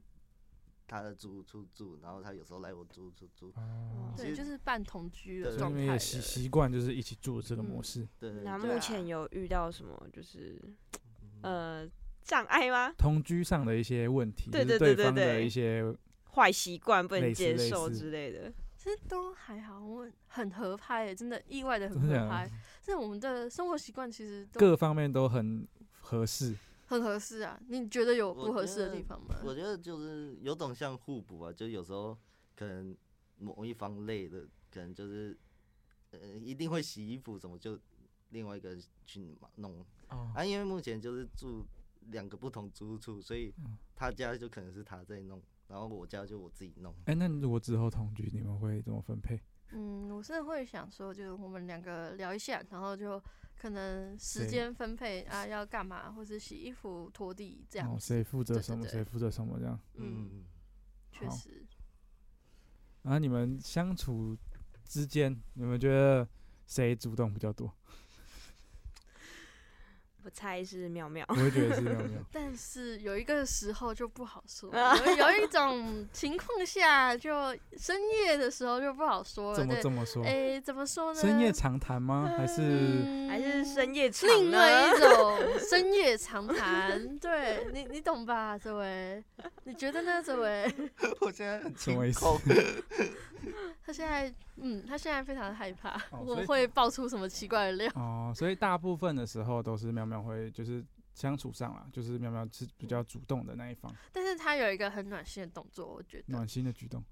[SPEAKER 6] 他的住处住，然后他有时候来我住处住，
[SPEAKER 4] 哦，
[SPEAKER 6] 其
[SPEAKER 7] 对，
[SPEAKER 6] 实
[SPEAKER 7] 就是半同居的
[SPEAKER 6] 对
[SPEAKER 4] 所以
[SPEAKER 7] 状
[SPEAKER 4] 你
[SPEAKER 7] 态
[SPEAKER 4] 们
[SPEAKER 7] 了
[SPEAKER 4] 也习习惯就是一起住这个模
[SPEAKER 7] 嗯
[SPEAKER 4] 式，
[SPEAKER 6] 对对
[SPEAKER 5] 那
[SPEAKER 7] 对啊
[SPEAKER 5] 目前有遇到什么就是
[SPEAKER 6] 嗯
[SPEAKER 5] 呃障碍吗？
[SPEAKER 4] 同居上的一些问题，
[SPEAKER 5] 对
[SPEAKER 4] 就是
[SPEAKER 5] 对对对
[SPEAKER 4] 方的
[SPEAKER 5] 对
[SPEAKER 4] 一些
[SPEAKER 5] 坏习惯不能
[SPEAKER 4] 类似
[SPEAKER 5] 接
[SPEAKER 4] 类
[SPEAKER 5] 受
[SPEAKER 4] 似
[SPEAKER 5] 之类的，
[SPEAKER 7] 其实都还好，我们很合拍、欸，真的意外的很
[SPEAKER 4] 真的
[SPEAKER 7] 合
[SPEAKER 4] 假的
[SPEAKER 7] 拍。但我们的生活习惯其实都
[SPEAKER 4] 各方面都很合适，
[SPEAKER 7] 很合适啊。你觉得有
[SPEAKER 6] 我
[SPEAKER 7] 不合
[SPEAKER 6] 觉
[SPEAKER 7] 适的
[SPEAKER 6] 得
[SPEAKER 7] 地方吗？
[SPEAKER 6] 我觉得就是有种像互补啊，就有时候可能某一方累了，可能就是呃一定会洗衣服，怎么就另外一个人去弄
[SPEAKER 4] 哦，
[SPEAKER 6] 啊？因为目前就是住两个不同租处，所以
[SPEAKER 4] 嗯
[SPEAKER 6] 他家就可能是他在弄，然后我家就我自己弄。
[SPEAKER 4] 哎，那如果之后同居，你们会怎么分配？
[SPEAKER 7] 嗯，我是会想说，就是我们两个聊一下，然后就可能时
[SPEAKER 4] 谁
[SPEAKER 7] 间分配啊，要干嘛，或是洗衣服、拖地这
[SPEAKER 4] 然后
[SPEAKER 7] 样
[SPEAKER 4] 哦
[SPEAKER 7] 子。嗯
[SPEAKER 4] 谁负责
[SPEAKER 7] 对对
[SPEAKER 4] 什么，
[SPEAKER 7] 对
[SPEAKER 4] 谁负责什么这样？
[SPEAKER 7] 嗯，
[SPEAKER 6] 嗯，
[SPEAKER 7] 确
[SPEAKER 4] 好
[SPEAKER 7] 实。
[SPEAKER 4] 然后啊你们相处之间，你们觉得谁主动比较 多？
[SPEAKER 5] 我猜是妙妙
[SPEAKER 4] 我。会觉得是没有没有
[SPEAKER 7] 但是有一个时候就不好 说，
[SPEAKER 5] 啊
[SPEAKER 7] 有有一种情况下，就深夜的时候就不好说了。
[SPEAKER 4] 怎么
[SPEAKER 7] 对，
[SPEAKER 4] 这么说？
[SPEAKER 7] 哎、怎么说呢？
[SPEAKER 4] 深夜长谈吗？还是
[SPEAKER 7] 嗯
[SPEAKER 5] 还是深夜场
[SPEAKER 7] 另
[SPEAKER 5] 呢
[SPEAKER 7] 外一 种深夜长谈，对你，你懂吧，这位？你觉得呢，这位？
[SPEAKER 6] 我现在很
[SPEAKER 4] 什么意思
[SPEAKER 6] 清空？
[SPEAKER 7] 他现在，嗯，他现在非常害怕，
[SPEAKER 4] 哦所
[SPEAKER 7] 我
[SPEAKER 4] 以
[SPEAKER 7] 会爆出什么奇怪的料。
[SPEAKER 4] 哦？所以大部分的时候都是妙妙会，就是相处上啦，就是妙妙是比较主动的那一方，
[SPEAKER 7] 但是他有一个很暖心的动作，我觉得，
[SPEAKER 4] 暖心的举动。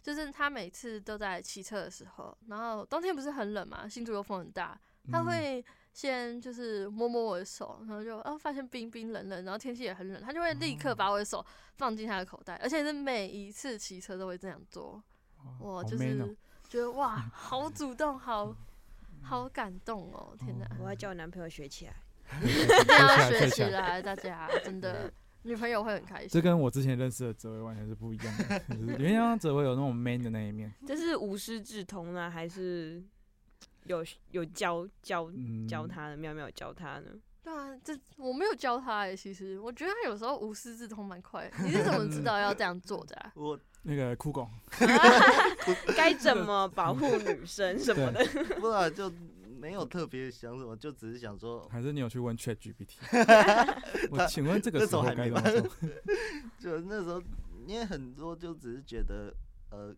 [SPEAKER 7] 就是他每次都在骑车的时候，然后冬天不是很冷嘛，新竹又风很大，他
[SPEAKER 4] 嗯
[SPEAKER 7] 会先就是摸摸我的手，然后就哦发现冰冰冷冷，然后天气也很冷，他就会立刻
[SPEAKER 4] 哦
[SPEAKER 7] 把我的手放进他的口袋，而且是每一次骑车都会这样做，
[SPEAKER 4] 哦
[SPEAKER 7] 我
[SPEAKER 4] 好
[SPEAKER 7] 就
[SPEAKER 4] man 哦嗯
[SPEAKER 7] 是觉得哇，好主动，好好感动哦，天哪！
[SPEAKER 5] 我要叫我男朋友学起来。
[SPEAKER 7] 一定
[SPEAKER 4] 学起来
[SPEAKER 7] 要学
[SPEAKER 4] 学
[SPEAKER 7] 起
[SPEAKER 4] 起
[SPEAKER 7] 来，大家真的女朋友会很开
[SPEAKER 4] 这
[SPEAKER 7] 心。
[SPEAKER 4] 跟我之前认识的泽维完全是不一样 的，就是原来泽维有那种 man 的那一面，
[SPEAKER 5] 这是无师自通呢，还是有有教教
[SPEAKER 4] 嗯，
[SPEAKER 5] 教他呢？妙妙教他呢？
[SPEAKER 7] 对啊，这我没有教他哎、其实我觉得他有时候无师自通蛮快的。你是怎么知道要这样做的、啊
[SPEAKER 6] 我
[SPEAKER 4] 那个酷狗，
[SPEAKER 5] 该怎么保护女生什么的？
[SPEAKER 6] 不知道就没有特别想什么，就只是想说，哦
[SPEAKER 4] 还是你有去问 Chat GPT？我请问这个
[SPEAKER 6] 那
[SPEAKER 4] 时
[SPEAKER 6] 种
[SPEAKER 4] 候
[SPEAKER 6] 还
[SPEAKER 4] 该
[SPEAKER 6] 没
[SPEAKER 4] 怎么
[SPEAKER 6] 办
[SPEAKER 4] 做？
[SPEAKER 6] 就那时候因为很多就只是觉得呃，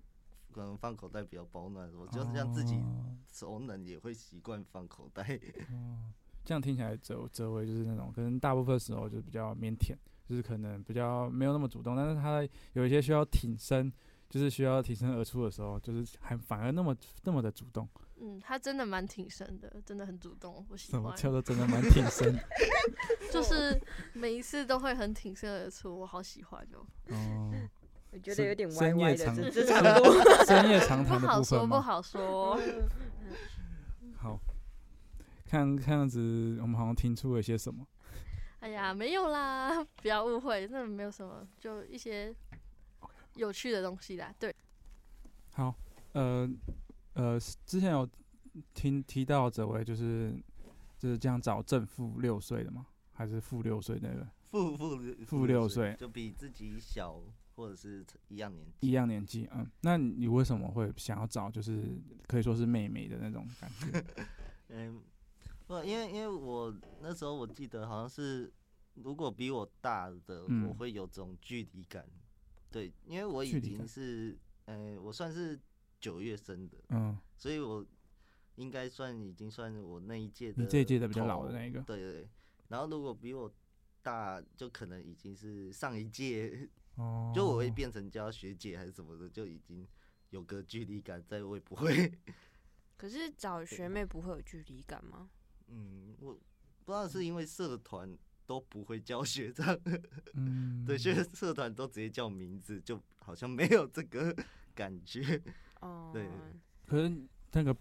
[SPEAKER 6] 可能放口袋比较保暖什么，就是像自己
[SPEAKER 4] 哦
[SPEAKER 6] 熟人也会习惯放口袋。
[SPEAKER 4] 哦，这样听起来哲哲维就是那种，可能大部分时候就比较腼腆，就是可能比较没有那么主动，但是他有一些需要挺身，就是需要挺身而出的时候，就是还反而那么那么的主动，
[SPEAKER 7] 嗯，他真的蛮挺身的，真的很主动，我喜
[SPEAKER 4] 什么
[SPEAKER 7] 欢。
[SPEAKER 4] 叫做真的蛮挺身的？
[SPEAKER 7] 就是每一次都会很挺身而出，我好喜欢哦。
[SPEAKER 4] 哦，
[SPEAKER 5] 我觉得有点歪
[SPEAKER 4] 深
[SPEAKER 5] 歪
[SPEAKER 4] 夜
[SPEAKER 5] 的，
[SPEAKER 4] 长
[SPEAKER 5] 这这长度。
[SPEAKER 4] 深 夜长
[SPEAKER 7] 不
[SPEAKER 4] 谈的
[SPEAKER 7] 好
[SPEAKER 4] 部
[SPEAKER 7] 说，
[SPEAKER 4] 分
[SPEAKER 7] 不
[SPEAKER 4] 吗？
[SPEAKER 7] 好 说。
[SPEAKER 4] 好，看看样子，我们好像听出了些什么。
[SPEAKER 7] 哎呀，没有啦，不要误会，那没有什么，就一些有趣的东西啦。对，
[SPEAKER 4] 好，呃呃，之前有听提到哲维就是就是这样找正负六岁的吗？还是负六岁那个
[SPEAKER 6] 负负
[SPEAKER 4] 负六岁
[SPEAKER 6] 就比自己小或者是一样年纪。
[SPEAKER 4] 一样年纪？嗯，那你为什么会想要找就是可以说是妹妹的那种感觉？
[SPEAKER 6] 嗯，不，因为因为我那时候我记得好像是，如果比我大的，
[SPEAKER 4] 嗯
[SPEAKER 6] 我会有种距离感。对，因为我
[SPEAKER 4] 距
[SPEAKER 6] 已
[SPEAKER 4] 离
[SPEAKER 6] 经
[SPEAKER 4] 感
[SPEAKER 6] 是，呃，我算是九月生的，
[SPEAKER 4] 嗯，
[SPEAKER 6] 所以我应该算已经算我那一届的，
[SPEAKER 4] 你这一届的比较老的那一个
[SPEAKER 6] 对对对。然后如果比我大，就可能已经是上一届，
[SPEAKER 4] 哦，
[SPEAKER 6] 就我会变成叫学姐还是什么的，就已经有个距离感在，我也不会。
[SPEAKER 5] 可是找学妹不会有距离感吗？
[SPEAKER 6] 嗯，我不知道是因为社团都不会叫学长，
[SPEAKER 4] 嗯，
[SPEAKER 6] 对，学社团都直接叫名字，就好像没有这个感觉。
[SPEAKER 5] 哦，
[SPEAKER 6] 对
[SPEAKER 4] 可是那个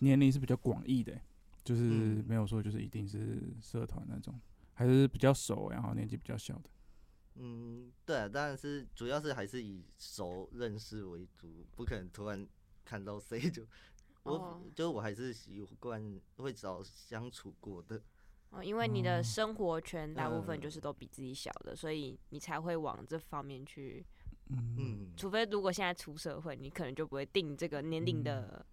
[SPEAKER 4] 年龄是比较广义的欸、就是
[SPEAKER 6] 嗯
[SPEAKER 4] 没有说就是一定是社团那种，还是比较熟，然后年纪比较小的。
[SPEAKER 6] 嗯，对啊，当然是主要是还是以熟认识为主，不可能突然看到谁就。我、
[SPEAKER 5] 哦
[SPEAKER 6] 就我还是习惯会找相处过的，
[SPEAKER 5] 哦，因为你的
[SPEAKER 4] 哦
[SPEAKER 5] 生活圈大部分
[SPEAKER 6] 嗯
[SPEAKER 5] 就是都比自己小的，所以你才会往这方面去。
[SPEAKER 4] 嗯，
[SPEAKER 6] 嗯，
[SPEAKER 5] 除非如果现在出社会，你可能就不会定这个年龄
[SPEAKER 4] 嗯
[SPEAKER 5] 的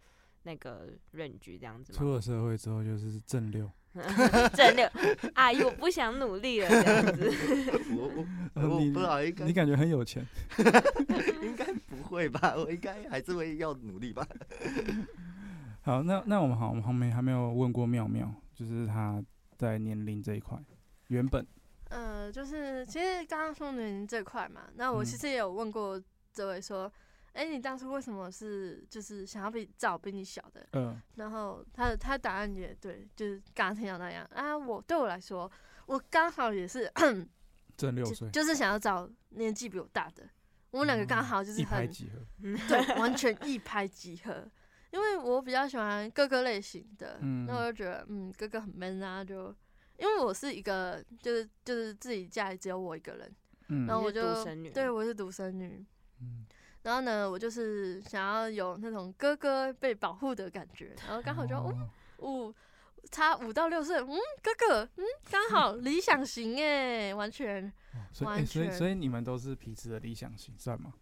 [SPEAKER 5] 那个任局这样子嘛。
[SPEAKER 4] 出了社会之后就是正六，
[SPEAKER 5] 真的， 阿姨，我不想努力了，这样子。
[SPEAKER 6] 我我
[SPEAKER 4] 呃
[SPEAKER 6] 我
[SPEAKER 4] 你
[SPEAKER 6] 不知道应该
[SPEAKER 4] 你感觉很有钱。
[SPEAKER 6] 应该不会吧，我应该还是会要努力吧。
[SPEAKER 4] 好，那那我们好，我们还没还没有问过妙妙，就是她在年龄这一块，原本
[SPEAKER 7] 呃，就是其实刚刚说年龄这块嘛，那我
[SPEAKER 4] 嗯
[SPEAKER 7] 其实也有问过这位说，哎、你当初为什么是就是想要比找比你小的？
[SPEAKER 4] 呃，
[SPEAKER 7] 然后他的他的答案也对，就是刚刚听到那样啊。我对我来说，我刚好也是，
[SPEAKER 4] 正六
[SPEAKER 7] 就
[SPEAKER 4] 岁，
[SPEAKER 7] 就是想要找年纪比我大的。我们两个刚好就是
[SPEAKER 4] 嗯一拍
[SPEAKER 7] 很
[SPEAKER 4] 即合。
[SPEAKER 7] 对，完全一拍即合。因为我比较喜欢哥哥类型的，
[SPEAKER 4] 嗯
[SPEAKER 7] 那我就觉得嗯，哥哥很 man 啊，就因为我是一个就是就是自己家里只有我一个人，
[SPEAKER 4] 嗯
[SPEAKER 7] 然后
[SPEAKER 5] 你
[SPEAKER 7] 我
[SPEAKER 5] 是
[SPEAKER 7] 就
[SPEAKER 5] 独生女
[SPEAKER 7] 对我是独生女，
[SPEAKER 4] 嗯
[SPEAKER 7] 然后呢，我就是想要有那种哥哥被保护的感觉，然后刚好就嗯
[SPEAKER 4] 哦
[SPEAKER 7] 五差五到六岁，嗯，哥哥，嗯，刚好理想型哎，完全
[SPEAKER 4] 哦所以、
[SPEAKER 7] 完
[SPEAKER 4] 诶所以
[SPEAKER 7] 全
[SPEAKER 4] 所以你们都是彼此的理想型，算吗？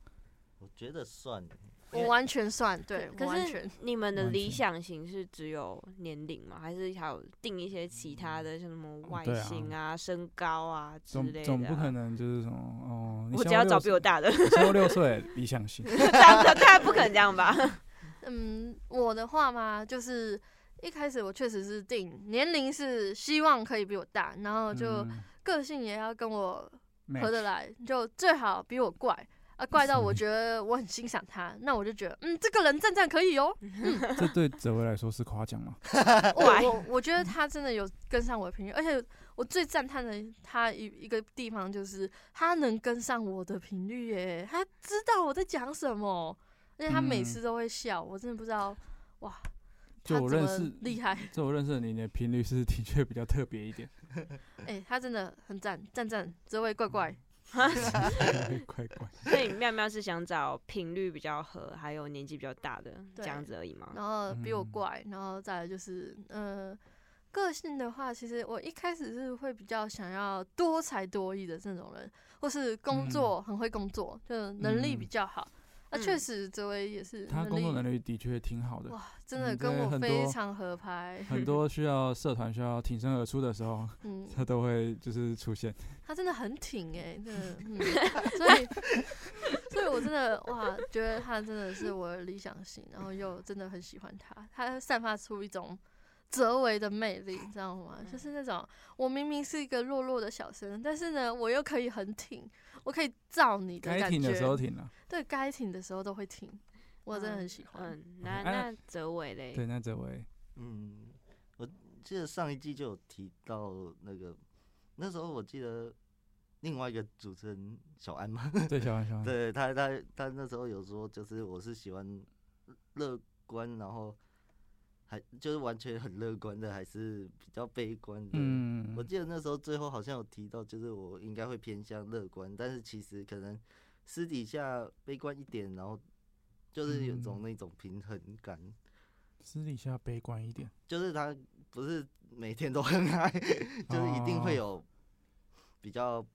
[SPEAKER 6] 我觉得算了，因
[SPEAKER 7] 我
[SPEAKER 6] 为
[SPEAKER 7] 完全算对，我
[SPEAKER 5] 可
[SPEAKER 7] 完
[SPEAKER 5] 是
[SPEAKER 7] 全
[SPEAKER 5] 你们的
[SPEAKER 4] 完
[SPEAKER 5] 理
[SPEAKER 4] 全
[SPEAKER 5] 想型是只有年龄吗？还是还有定一些其他的，像什么外
[SPEAKER 4] 嗯对啊
[SPEAKER 5] 形啊、身高啊之
[SPEAKER 4] 总
[SPEAKER 5] 类的、啊？
[SPEAKER 4] 总不可能就是什么哦，你
[SPEAKER 5] 我只
[SPEAKER 4] 小
[SPEAKER 5] 要
[SPEAKER 4] 我
[SPEAKER 5] 找
[SPEAKER 4] 六
[SPEAKER 5] 比 我大的，
[SPEAKER 4] 我小我六岁理想 型，
[SPEAKER 5] 当然当然不可能这 样吧？
[SPEAKER 7] 嗯，我的话嘛，就是一开始我确实是定年龄是希望可以比我大，然后就
[SPEAKER 4] 嗯
[SPEAKER 7] 个性也要跟我合
[SPEAKER 4] match 嗯
[SPEAKER 7] 得来，就最好比我怪啊，怪到我
[SPEAKER 4] 是
[SPEAKER 7] 觉得我很欣赏他，那我就觉得嗯，这个人赞赞可以哦。
[SPEAKER 4] 嗯这对泽维来说是夸奖吗？
[SPEAKER 7] 我
[SPEAKER 5] 怪
[SPEAKER 7] 我
[SPEAKER 4] 嗯
[SPEAKER 7] 我觉得他真的有跟上我的频率，而且我最赞叹的他一一个地方就是他能跟上我的频率耶，他知道我在讲什么，而且他每
[SPEAKER 4] 嗯
[SPEAKER 7] 次都会笑，我真的不知道哇。
[SPEAKER 4] 就
[SPEAKER 7] 他
[SPEAKER 4] 我
[SPEAKER 7] 怎
[SPEAKER 4] 认
[SPEAKER 7] 么
[SPEAKER 4] 识
[SPEAKER 7] 厉害，
[SPEAKER 4] 这我认识的你的频率是的确比较特别一 点，
[SPEAKER 7] 哎、他真的很赞，赞赞，这位怪怪，
[SPEAKER 4] 怪怪。
[SPEAKER 5] 所以妙妙是想找频率比较合，还有年纪比较大的这
[SPEAKER 7] 对
[SPEAKER 5] 样子而已吗？
[SPEAKER 7] 然后比我
[SPEAKER 4] 嗯
[SPEAKER 7] 怪，然后再来就是，呃，个性的话，其实我一开始是会比较想要多才多艺的这种人，或是
[SPEAKER 4] 嗯
[SPEAKER 7] 工作、很会工作，就能力比较好。那、
[SPEAKER 5] 嗯
[SPEAKER 7] 确实，这位也是
[SPEAKER 4] 他工作
[SPEAKER 7] 能
[SPEAKER 4] 能
[SPEAKER 7] 力
[SPEAKER 4] 力的确挺好的，
[SPEAKER 7] 哇，真的
[SPEAKER 4] 嗯
[SPEAKER 7] 跟
[SPEAKER 4] 对
[SPEAKER 7] 我
[SPEAKER 4] 很
[SPEAKER 7] 非
[SPEAKER 4] 多
[SPEAKER 7] 常合拍。
[SPEAKER 4] 很多需要社团需要挺身而出的时候，
[SPEAKER 7] 嗯，
[SPEAKER 4] 他都会就是出现。
[SPEAKER 7] 他真的很挺哎、真的，嗯所以，所以我真的哇，觉得他真的是我的理想型，然后又真的很喜欢他，他散发出一种哲维的魅力，你知道吗？就是那种我明明是一个弱弱的小生，但是呢，我又可以很挺，我可以造你的
[SPEAKER 4] 该
[SPEAKER 7] 感
[SPEAKER 4] 挺的时候
[SPEAKER 7] 觉，
[SPEAKER 4] 挺了。
[SPEAKER 7] 对该挺的时候都会挺，我真的很喜欢。
[SPEAKER 5] 嗯，那
[SPEAKER 4] 哎
[SPEAKER 5] 那哲伟嘞，
[SPEAKER 4] 对，那这位
[SPEAKER 6] 嗯，我记得上一季就有提到那个，那时候我记得另外一个主持人小安嘛，
[SPEAKER 4] 对小安小安，
[SPEAKER 6] 对他他他那时候有说，就是我是喜欢乐观，然后还就是完全很乐观的，还是比较悲观的。
[SPEAKER 4] 嗯
[SPEAKER 6] 我，记得那时候最后好像有提到，就是我应该会偏向乐观，但是其实可能私底下悲观一点，然后就是有
[SPEAKER 4] 嗯
[SPEAKER 6] 种那种平衡感，
[SPEAKER 4] 私底下悲观一点，
[SPEAKER 6] 就是他不是每天都很嗨， 就是一定会有比较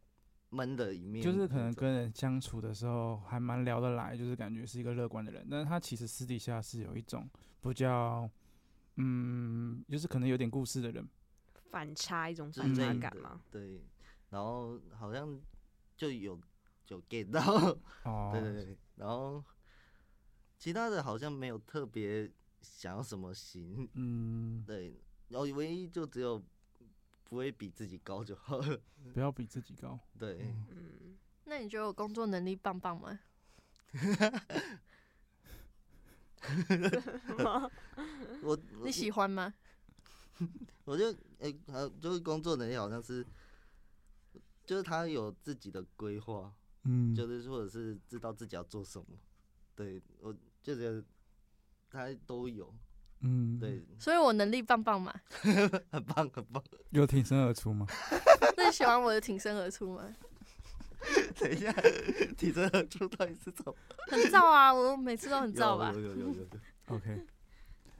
[SPEAKER 6] 闷的一
[SPEAKER 4] 哦
[SPEAKER 6] 面，
[SPEAKER 4] 就是可能跟人相处的时候还蛮聊得来，就是感觉是一个乐观的人，但是他其实私底下是有一种比较，嗯，就是可能有点故事的人，
[SPEAKER 5] 反差一种
[SPEAKER 6] 之
[SPEAKER 5] 反差
[SPEAKER 6] 类
[SPEAKER 5] 嗯感
[SPEAKER 6] 的
[SPEAKER 5] 嘛，
[SPEAKER 6] 对，然后好像就有有 get 到，
[SPEAKER 4] 哦，
[SPEAKER 6] 对对对，然后其他的好像没有特别想要什么型，
[SPEAKER 4] 嗯，
[SPEAKER 6] 对，然后唯一就只有不会比自己高就好了，
[SPEAKER 4] 不要比自己高，
[SPEAKER 6] 对，
[SPEAKER 5] 嗯，
[SPEAKER 7] 那你觉得我工作能力棒棒吗？
[SPEAKER 6] 我
[SPEAKER 7] 你喜欢吗？
[SPEAKER 6] 我就诶，呃，就是工作能力好像是，就是他有自己的规划，
[SPEAKER 4] 嗯，
[SPEAKER 6] 就是或者是知道自己要做什么，对我就觉得他都有，
[SPEAKER 4] 嗯，
[SPEAKER 6] 对，
[SPEAKER 7] 所以我能力棒棒嘛？
[SPEAKER 6] 很棒很棒。
[SPEAKER 4] 又挺身而出嘛，
[SPEAKER 7] 那你喜欢我的挺身而出吗？
[SPEAKER 6] 等一下，提着而出到底是怎么？
[SPEAKER 7] 很燥啊，我每次都很燥吧
[SPEAKER 6] 有？有有有有有
[SPEAKER 4] OK，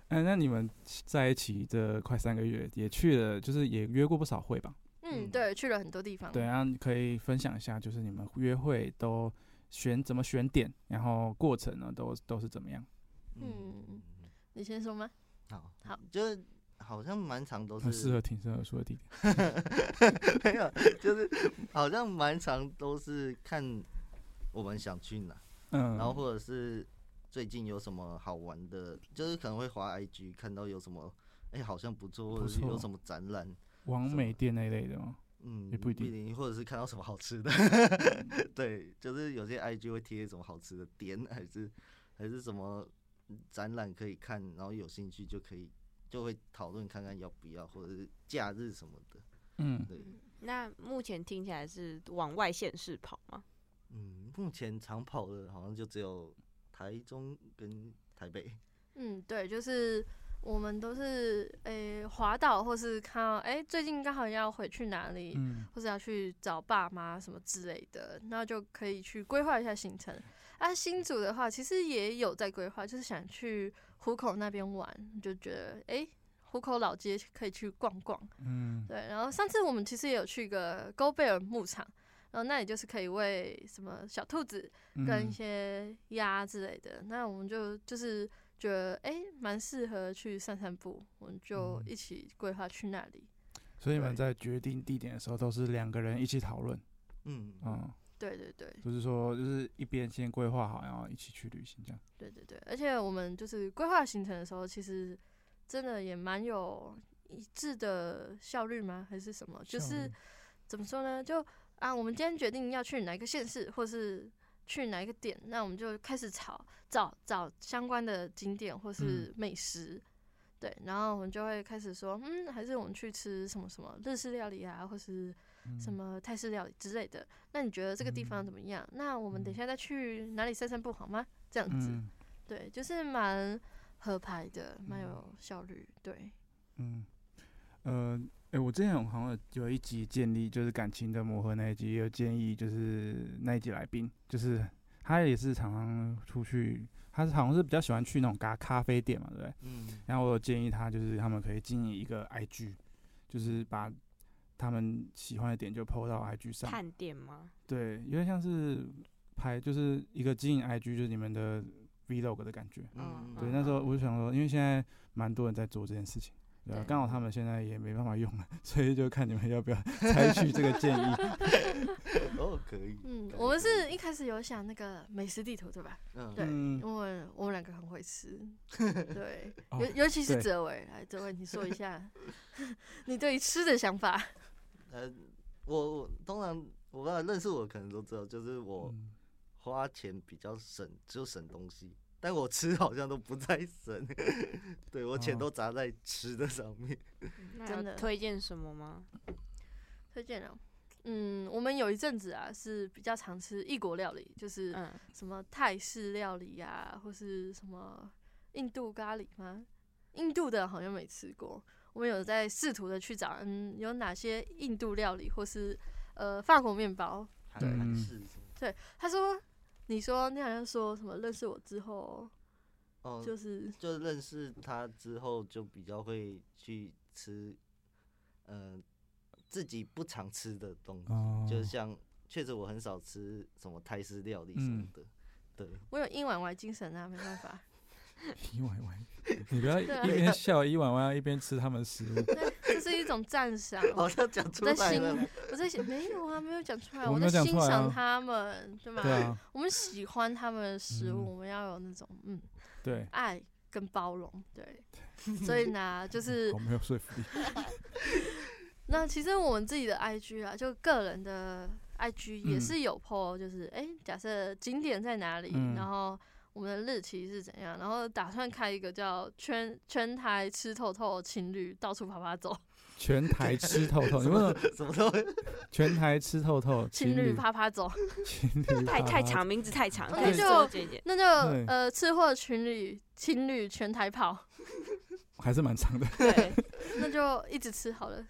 [SPEAKER 4] 哎、 那你们在一起这快三个月，也去了，就是也约过不少会吧？
[SPEAKER 7] 嗯，
[SPEAKER 6] 嗯
[SPEAKER 7] 对，去了很多地方。
[SPEAKER 4] 对啊，你可以分享一下，就是你们约会都选怎么选点，然后过程呢都都是怎么样？
[SPEAKER 7] 嗯，你先说吗？
[SPEAKER 6] 好，
[SPEAKER 7] 好，
[SPEAKER 6] 就是好像蛮长都
[SPEAKER 4] 很适
[SPEAKER 6] 是
[SPEAKER 4] 合挺身而出的地点。
[SPEAKER 6] 没有，就是 好像蛮长都是看我们想去哪，
[SPEAKER 4] 嗯，
[SPEAKER 6] 然后或者是最近有什么好玩的，就是可能会滑 IG 看到有什么，哎、好像不错，或者是
[SPEAKER 4] 不
[SPEAKER 6] 有
[SPEAKER 4] 错
[SPEAKER 6] 什么展览，
[SPEAKER 4] 王美店那一类的吗？
[SPEAKER 6] 嗯，
[SPEAKER 4] 也不一定嗯
[SPEAKER 6] 或者是看到什么好吃的， 对，就是有些 IG 会贴什么好吃的店，还是还是什么展览可以看，然后有兴趣就可以就会讨论看看要不要，或者是假日什么的，
[SPEAKER 4] 嗯，
[SPEAKER 6] 对，
[SPEAKER 5] 那目前听起来是往外县市跑吗？
[SPEAKER 6] 嗯，目前长跑的好像就只有台中跟台北，
[SPEAKER 7] 嗯，对，就是我们都是诶、滑倒，或是看到诶、最近刚好要回去哪里，
[SPEAKER 4] 嗯，
[SPEAKER 7] 或是要去找爸妈什么之类的，那就可以去规划一下行程。啊，新组的话其实也有在规划，就是想去湖口那边玩，就觉得诶、湖口老街可以去逛逛。
[SPEAKER 4] 嗯，
[SPEAKER 7] 对，然后上次我们其实也有去一个勾贝尔牧场，然后那里就是可以喂什么小兔子
[SPEAKER 4] 嗯，
[SPEAKER 7] 跟一些鸭之类的。那我们就就是觉得诶蛮适合去散散步，我们就
[SPEAKER 4] 嗯
[SPEAKER 7] 一起规划去那里。
[SPEAKER 4] 所以你们在决定地点的时候都是两个人一起讨论，
[SPEAKER 6] 嗯
[SPEAKER 4] 嗯，
[SPEAKER 7] 对对对
[SPEAKER 4] 就是说就是一边先规划好，然后一起去旅行这样。
[SPEAKER 7] 对对对，而且我们就是规划行程的时候，其实真的也蛮有一致的效率吗？还是什么？就
[SPEAKER 4] 效
[SPEAKER 7] 是
[SPEAKER 4] 率
[SPEAKER 7] 怎么说呢？就啊，我们今天决定要去哪一个县市，或是去哪一个点，那我们就开始找找找相关的景点或
[SPEAKER 6] 嗯
[SPEAKER 7] 是美食。对，然后我们就会开始说，嗯，还是我们去吃什么什么日式料理啊，或是
[SPEAKER 4] 嗯
[SPEAKER 7] 什么泰式料理之类的。那你觉得这个地
[SPEAKER 6] 嗯
[SPEAKER 7] 方怎么样？那我们等一下再去哪里散散步好吗？这样子，
[SPEAKER 4] 嗯
[SPEAKER 7] 对，就是蛮合拍的，蛮
[SPEAKER 6] 嗯
[SPEAKER 7] 有效率。对，
[SPEAKER 4] 嗯，呃，哎、我之前好像有有一集建立就是感情的磨合那一集，有建议就是那一集来宾，就是他也是常常出去，他是好像是比较喜欢去那种咖咖啡店嘛，对不对？
[SPEAKER 6] 嗯
[SPEAKER 4] 然后我有建议他，就是他们可以经营一个 IG，就是把他们喜欢的点就 PO 到 IG 上，
[SPEAKER 5] 探店吗？
[SPEAKER 4] 对，有点像是拍就是一个经营 IG，就是你们的 Vlog 的感觉。
[SPEAKER 5] 嗯
[SPEAKER 4] 对，那时候
[SPEAKER 7] 哦
[SPEAKER 4] 我就想说，因为现在蛮多人在做这件事情，对啊
[SPEAKER 5] 对
[SPEAKER 4] 刚好他们现在也没办法用了， 所以就看你们要不 要采取这个建议。
[SPEAKER 6] 哦，可以，
[SPEAKER 7] 嗯
[SPEAKER 6] 可，以
[SPEAKER 7] 我
[SPEAKER 6] 可
[SPEAKER 7] 们
[SPEAKER 6] 以
[SPEAKER 7] 是一开始有想那个美食地图，对吧？
[SPEAKER 6] 嗯
[SPEAKER 7] 对
[SPEAKER 4] 嗯
[SPEAKER 7] 因，为我们两个很会 吃，对，
[SPEAKER 4] 哦
[SPEAKER 7] 尤尤其是
[SPEAKER 4] 对
[SPEAKER 7] 哲伟，来，哲伟，你说一下 你对于吃的想法。
[SPEAKER 6] 呃，我我通常我不知道认识我可能都知道，就是我
[SPEAKER 4] 嗯
[SPEAKER 6] 花钱比较省，就省东西，但我吃好像都不太省， 对我钱
[SPEAKER 4] 哦
[SPEAKER 6] 都砸在吃的上面。
[SPEAKER 5] 嗯那
[SPEAKER 7] 真
[SPEAKER 5] 有
[SPEAKER 7] 的
[SPEAKER 5] 推荐什么吗？
[SPEAKER 7] 推荐了。嗯，我们有一阵子啊是比较常吃异国料理，就是
[SPEAKER 5] 嗯，
[SPEAKER 7] 什么泰式料理啊，或是什么印度咖喱吗？印度的好像没吃过。我们有在试图的去找，嗯，有哪些印度料理，或是呃法国面包。
[SPEAKER 6] 韩
[SPEAKER 4] 对
[SPEAKER 6] 韩
[SPEAKER 4] 嗯
[SPEAKER 6] 式什么
[SPEAKER 7] 他说，你说你好像说什么认识我之后，
[SPEAKER 6] 哦，就
[SPEAKER 7] 就是
[SPEAKER 6] 就认识他之后，就比较会去吃，嗯、自己不常吃的东西，
[SPEAKER 4] 哦，
[SPEAKER 6] 就像确实我很少吃什么泰式料理什么
[SPEAKER 4] 嗯
[SPEAKER 6] 的，对，
[SPEAKER 7] 我有一晚歪精神啊，没办法。
[SPEAKER 4] 一碗碗， 你不要一
[SPEAKER 7] 对啊
[SPEAKER 4] 一边笑一碗碗，一边吃他们的食物。
[SPEAKER 7] 对，这是一种赞赏。
[SPEAKER 6] 好像讲出
[SPEAKER 7] 在
[SPEAKER 6] 来
[SPEAKER 7] 欣
[SPEAKER 6] 了，
[SPEAKER 7] 我在想，没有啊，没有讲出来，
[SPEAKER 4] 我
[SPEAKER 7] 我
[SPEAKER 4] 没
[SPEAKER 7] 在
[SPEAKER 4] 有讲
[SPEAKER 7] 欣
[SPEAKER 4] 出来
[SPEAKER 7] 赏
[SPEAKER 4] 啊
[SPEAKER 7] 他们，对吗？
[SPEAKER 4] 对啊，
[SPEAKER 7] 我们喜欢他们的食物，
[SPEAKER 4] 嗯
[SPEAKER 7] 我们要有那种嗯
[SPEAKER 4] 对，
[SPEAKER 7] 爱跟包容，对。所以呢，就是
[SPEAKER 4] 我没有说服力。
[SPEAKER 7] 那其实我们自己的 IG 啊，就个人的 IG 也
[SPEAKER 4] 嗯
[SPEAKER 7] 是有 po，就是哎、诶假设景点在哪里，
[SPEAKER 4] 嗯
[SPEAKER 7] 然后我们的日期是怎样，然后打算开一个叫圈圈台吃透透情侣到处爬爬走，
[SPEAKER 4] 全台吃透 透，你为什么
[SPEAKER 6] 什么都会
[SPEAKER 4] 全台吃透透？
[SPEAKER 7] 情
[SPEAKER 4] 情
[SPEAKER 7] 侣爬爬走，
[SPEAKER 4] 情侣
[SPEAKER 5] 太
[SPEAKER 4] 趴
[SPEAKER 5] 太长，名字太长，
[SPEAKER 7] 那
[SPEAKER 5] 可以
[SPEAKER 7] 就
[SPEAKER 5] 做姐姐。
[SPEAKER 7] 那就
[SPEAKER 4] 对
[SPEAKER 7] 呃吃货情侣情侣全台跑，
[SPEAKER 4] 还是蛮长的。
[SPEAKER 5] 对，
[SPEAKER 7] 那就一直吃好了，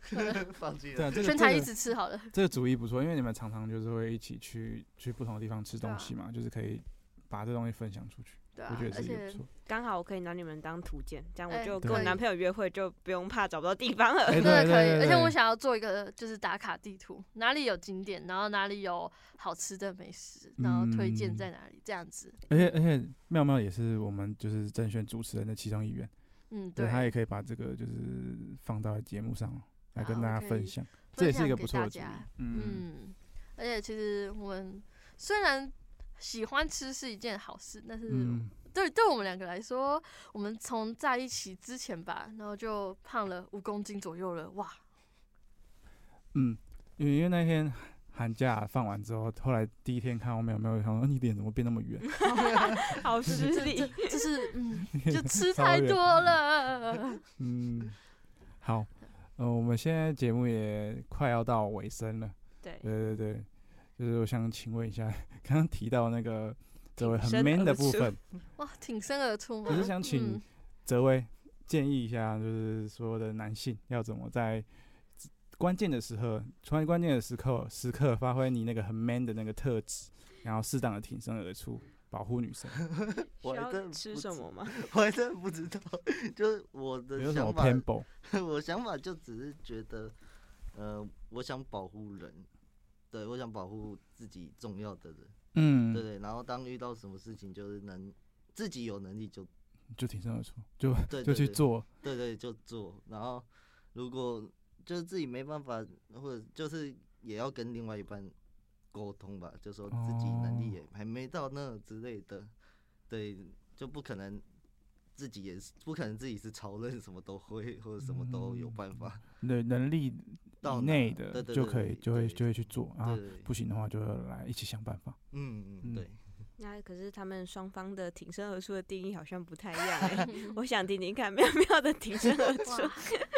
[SPEAKER 6] 放弃
[SPEAKER 4] 对
[SPEAKER 6] 了。
[SPEAKER 4] 啊，这个
[SPEAKER 7] 全台
[SPEAKER 4] 这
[SPEAKER 7] 一
[SPEAKER 4] 个
[SPEAKER 7] 直吃好了。
[SPEAKER 4] 这个主意不错，因为你们常常就是会一起去去不同的地方吃
[SPEAKER 7] 对啊
[SPEAKER 4] 东西嘛，就是可以把这东西分享出去，
[SPEAKER 7] 对
[SPEAKER 4] 我
[SPEAKER 7] 啊
[SPEAKER 4] 觉得，
[SPEAKER 7] 而
[SPEAKER 4] 是也
[SPEAKER 7] 且
[SPEAKER 4] 不错。
[SPEAKER 5] 刚好我可以拿你们当图鉴，这样我
[SPEAKER 7] 哎
[SPEAKER 5] 就
[SPEAKER 4] 对
[SPEAKER 5] 跟我男朋友约会就不用怕找不到地方 了。
[SPEAKER 4] 哎，
[SPEAKER 7] 真的
[SPEAKER 4] 对
[SPEAKER 7] 可以，
[SPEAKER 4] 对对
[SPEAKER 7] 而且我
[SPEAKER 4] 对
[SPEAKER 7] 想要做一个就是打卡地图，哪里有景点，然后哪里有好吃的美食，然后推荐
[SPEAKER 4] 嗯
[SPEAKER 7] 在哪里，这样子。
[SPEAKER 4] 而且而且妙妙也是我们就是甄选主持人的其中一员，
[SPEAKER 7] 嗯，
[SPEAKER 4] 对他
[SPEAKER 7] 分
[SPEAKER 4] 也可以把这个就是放到节目上来跟
[SPEAKER 7] 好
[SPEAKER 4] 大家
[SPEAKER 7] 啊可
[SPEAKER 4] 分
[SPEAKER 7] 以
[SPEAKER 4] 享，这也是
[SPEAKER 7] 享
[SPEAKER 4] 一个
[SPEAKER 7] 给
[SPEAKER 4] 不错
[SPEAKER 7] 大
[SPEAKER 4] 的主意
[SPEAKER 7] 家。
[SPEAKER 4] 嗯，
[SPEAKER 7] 嗯，而且其实我们虽然喜欢吃是一件好事，但是哦
[SPEAKER 4] 嗯，
[SPEAKER 7] 对对我们两个来说，我们从在一起之前吧，然后就胖了五公斤左右了，哇！
[SPEAKER 4] 嗯，因为因为那天寒假放完之后，后来第一天看后面有没有想说你脸怎么变那么圆？
[SPEAKER 5] 好失礼，
[SPEAKER 7] 就是嗯，就吃
[SPEAKER 4] 超
[SPEAKER 7] 太
[SPEAKER 4] 远
[SPEAKER 7] 多了。
[SPEAKER 4] 嗯，好，呃，我们现在节目也快要到尾声了，
[SPEAKER 5] 对，
[SPEAKER 4] 对对对，就是我想请问一下， 刚刚提到那个泽威
[SPEAKER 5] 挺身
[SPEAKER 4] 很 man 的
[SPEAKER 5] 而
[SPEAKER 4] 部
[SPEAKER 5] 出
[SPEAKER 4] 分，
[SPEAKER 7] 哇，挺身而出嘛。
[SPEAKER 4] 我是想请
[SPEAKER 7] 嗯
[SPEAKER 4] 泽威建议一下，就是所有的男性要怎么在关键的时刻，穿关键的时刻时刻发挥你那个很 man 的那个特质，然后适当的挺身而出，保护女生。
[SPEAKER 6] 我
[SPEAKER 5] 需
[SPEAKER 6] 还真
[SPEAKER 5] 要
[SPEAKER 6] 不
[SPEAKER 5] 吃
[SPEAKER 6] 知
[SPEAKER 5] 什么吗？
[SPEAKER 6] 我还真不知道， 就是我
[SPEAKER 4] 有
[SPEAKER 6] 的
[SPEAKER 4] 没有什么
[SPEAKER 6] 想法，
[SPEAKER 4] 偏
[SPEAKER 6] 我想法就只是觉得，呃，我想保护人，对我想保护自己重要的人，
[SPEAKER 4] 嗯，
[SPEAKER 6] 对对。然后当遇到什么事情，就是能自己有能力就
[SPEAKER 4] 就挺身而出，就
[SPEAKER 6] 对
[SPEAKER 4] 就
[SPEAKER 6] 对
[SPEAKER 4] 去
[SPEAKER 6] 对
[SPEAKER 4] 做，
[SPEAKER 6] 对对就做。然后如果就是自己没办法，或者就是也要跟另外一半沟通吧，就说自己能力
[SPEAKER 4] 哦
[SPEAKER 6] 也还没到那之类的，对，就不可能。自己也是不可能自己是超人，什么都会或者什么都有办法。
[SPEAKER 4] 能能力
[SPEAKER 6] 到
[SPEAKER 4] 以
[SPEAKER 6] 哪
[SPEAKER 4] 嗯内
[SPEAKER 6] 对
[SPEAKER 4] 的
[SPEAKER 6] 对
[SPEAKER 4] 就
[SPEAKER 6] 对
[SPEAKER 4] 可以，就会
[SPEAKER 6] 对
[SPEAKER 4] 就会去做，然后
[SPEAKER 6] 对对对，
[SPEAKER 4] 啊不行的话就来一起想办法。
[SPEAKER 6] 嗯嗯
[SPEAKER 4] 嗯
[SPEAKER 6] 对，
[SPEAKER 5] 那可是他们双方的挺身而出的定义好像不太一 样、欸。我想听听看妙 妙的挺身而出
[SPEAKER 7] 嗯哇，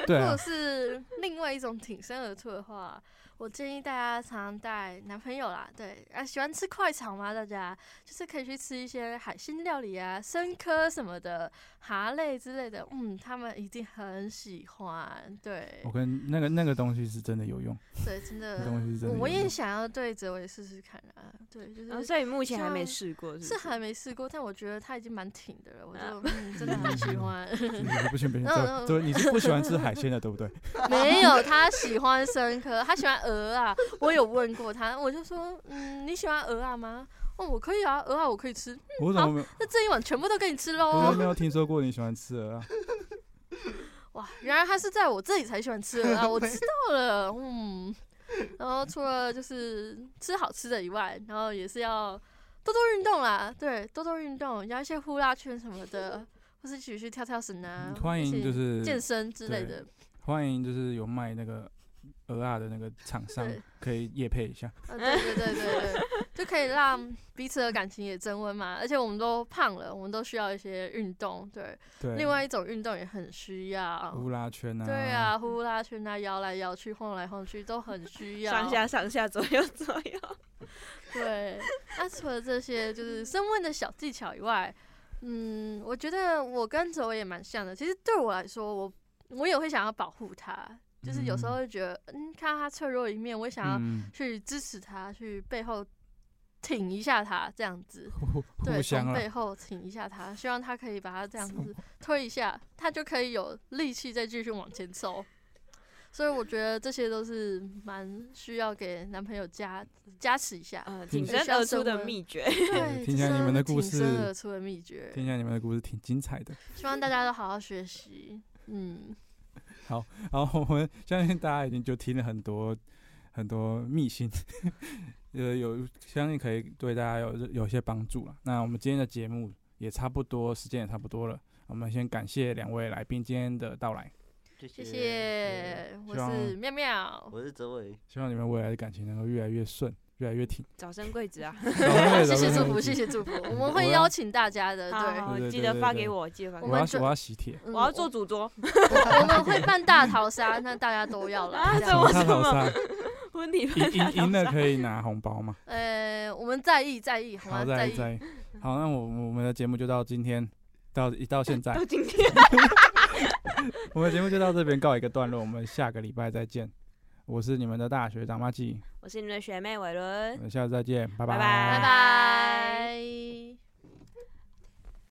[SPEAKER 4] 对
[SPEAKER 7] 如
[SPEAKER 4] 啊
[SPEAKER 7] 果，是另外一种挺身而出的话，我建议大家常常带男朋友啦，对啊，喜欢吃快炒吗？大家就是可以去吃一些海鲜料理啊、生科什么的、蛤类之类的，嗯，他们一定很喜欢。对
[SPEAKER 4] 我，跟那个那个东西是真的有用，
[SPEAKER 7] 对，真
[SPEAKER 4] 那个
[SPEAKER 7] 的，
[SPEAKER 4] 东西是真的有用。
[SPEAKER 7] 呃我也想要对着我也试试看啊。对，就
[SPEAKER 5] 然后嗯
[SPEAKER 7] 是
[SPEAKER 5] 所以目前还没
[SPEAKER 7] 像
[SPEAKER 5] 试过，是
[SPEAKER 7] 是
[SPEAKER 5] 不是
[SPEAKER 7] 还没试过，但我觉得它已经蛮挺的了，我就
[SPEAKER 5] 啊
[SPEAKER 7] 嗯，真的很喜欢。
[SPEAKER 4] 你是不喜欢别人
[SPEAKER 7] 嗯
[SPEAKER 4] 对
[SPEAKER 7] 嗯
[SPEAKER 4] 对，你是不喜欢吃海鲜的，对不 对？
[SPEAKER 7] 没有，他喜欢生科，他喜欢鹅啊。我有问过他，我就说，嗯，你喜欢鹅啊吗？哦，我可以啊，鹅啊我可以吃。
[SPEAKER 4] 我怎么没有？
[SPEAKER 7] 那这一碗全部都给你吃
[SPEAKER 4] 我怎么
[SPEAKER 7] 喽
[SPEAKER 4] 没。有听说过你喜欢吃鹅啊？
[SPEAKER 7] 哇，原来他是在我这里才喜欢吃鹅啊，我知道了，嗯。然后除了就是吃好吃的以外，然后也是要多多运动啦，对，多多运动，要一些呼啦圈什么的，或是一起去跳跳绳啊，
[SPEAKER 4] 嗯欢
[SPEAKER 7] 一
[SPEAKER 4] 迎
[SPEAKER 7] 起
[SPEAKER 4] 就是
[SPEAKER 7] 健身之类的。
[SPEAKER 4] 欢迎就是有卖那个鹅啊的那个厂商
[SPEAKER 7] 对，
[SPEAKER 4] 可以夜配一下。
[SPEAKER 7] 啊，对对对对对，就可以让彼此的感情也增温嘛。而且我们都胖了，我们都需要一些运动，对。
[SPEAKER 4] 对，
[SPEAKER 7] 另外一种运动也很需要，
[SPEAKER 4] 呼啦圈啊，
[SPEAKER 7] 对啊，，呼啦圈啊，摇来摇去，晃来晃去，都很需 要。
[SPEAKER 5] 上下上下左右左右，
[SPEAKER 7] 对，那除了这些就是升温的小技巧以外，嗯，我觉得我跟哲伟也蛮像的。其实对我来说，我我也会想要保护他，就是有时候会觉得，嗯，看到他脆弱的一面，我也想要
[SPEAKER 4] 嗯，
[SPEAKER 7] 去支持他，去背后挺一下他，这样子，
[SPEAKER 4] 互
[SPEAKER 7] 对，
[SPEAKER 4] 互相啊
[SPEAKER 7] 从
[SPEAKER 4] 了，
[SPEAKER 7] 背后挺一下他，希望他可以把他这样子推一下，他就可以有力气再继续往前走。所以我觉得这些都是蛮需要给男朋友加加持 一下。
[SPEAKER 5] 呃，
[SPEAKER 4] 挺
[SPEAKER 5] 挺
[SPEAKER 7] 身
[SPEAKER 5] 身而
[SPEAKER 7] 升
[SPEAKER 5] 出的
[SPEAKER 7] 温
[SPEAKER 5] 秘 诀。
[SPEAKER 7] 对，
[SPEAKER 4] 听起来你们的故
[SPEAKER 7] 这是挺
[SPEAKER 4] 事
[SPEAKER 7] 深而出的秘诀，
[SPEAKER 4] 听一下你们的故事挺精彩的。
[SPEAKER 7] 希望大家都好好学习。嗯，
[SPEAKER 4] 然后我们相信大家已经就听了很多很多秘辛， 呃，有相信可以对大家有有些帮助了。那我们今天的节目也差不多，时间也差不多了。我们先感谢两位来宾今天的到来，
[SPEAKER 6] 谢
[SPEAKER 7] 谢。谢，我
[SPEAKER 4] 希望
[SPEAKER 7] 是妙妙，
[SPEAKER 6] 我是哲伟，
[SPEAKER 4] 希望你们未来的感情能够越来越顺，越来越 挺。
[SPEAKER 5] 早生贵子啊！
[SPEAKER 7] 谢谢祝福，谢
[SPEAKER 4] 谢。
[SPEAKER 7] 谢祝福，我们
[SPEAKER 4] 我
[SPEAKER 7] 会
[SPEAKER 4] 要
[SPEAKER 7] 邀请大家的，
[SPEAKER 5] 好
[SPEAKER 7] 对
[SPEAKER 5] 好，好
[SPEAKER 4] 对对
[SPEAKER 5] 记
[SPEAKER 4] 对
[SPEAKER 5] 得
[SPEAKER 4] 对
[SPEAKER 5] 发
[SPEAKER 4] 对
[SPEAKER 5] 给我，记得发给
[SPEAKER 4] 我
[SPEAKER 5] 我。
[SPEAKER 4] 要
[SPEAKER 7] 们就
[SPEAKER 4] 我要喜帖，
[SPEAKER 7] 嗯
[SPEAKER 5] 我要做主桌，
[SPEAKER 7] 我们会办大逃杀，那大家都要来。
[SPEAKER 5] 啊
[SPEAKER 7] 这
[SPEAKER 5] 怎
[SPEAKER 7] 样
[SPEAKER 5] 么
[SPEAKER 4] 大逃 杀，
[SPEAKER 5] 婚礼
[SPEAKER 4] 赢赢赢了可以拿红包吗？
[SPEAKER 7] 呃，我们在意在意，好
[SPEAKER 4] 好，
[SPEAKER 7] 吗？
[SPEAKER 4] 再
[SPEAKER 7] 意。
[SPEAKER 4] 再好，那我我们的节目就到今天，到一到现在
[SPEAKER 5] 到，今 天，
[SPEAKER 4] 我们节目就到这边告一个段落，我们下个礼拜再见。我是你们的大学长马季，
[SPEAKER 5] 我是你们的学妹伟伦
[SPEAKER 4] 我。们下次再见，拜拜
[SPEAKER 5] 拜拜
[SPEAKER 7] 拜拜。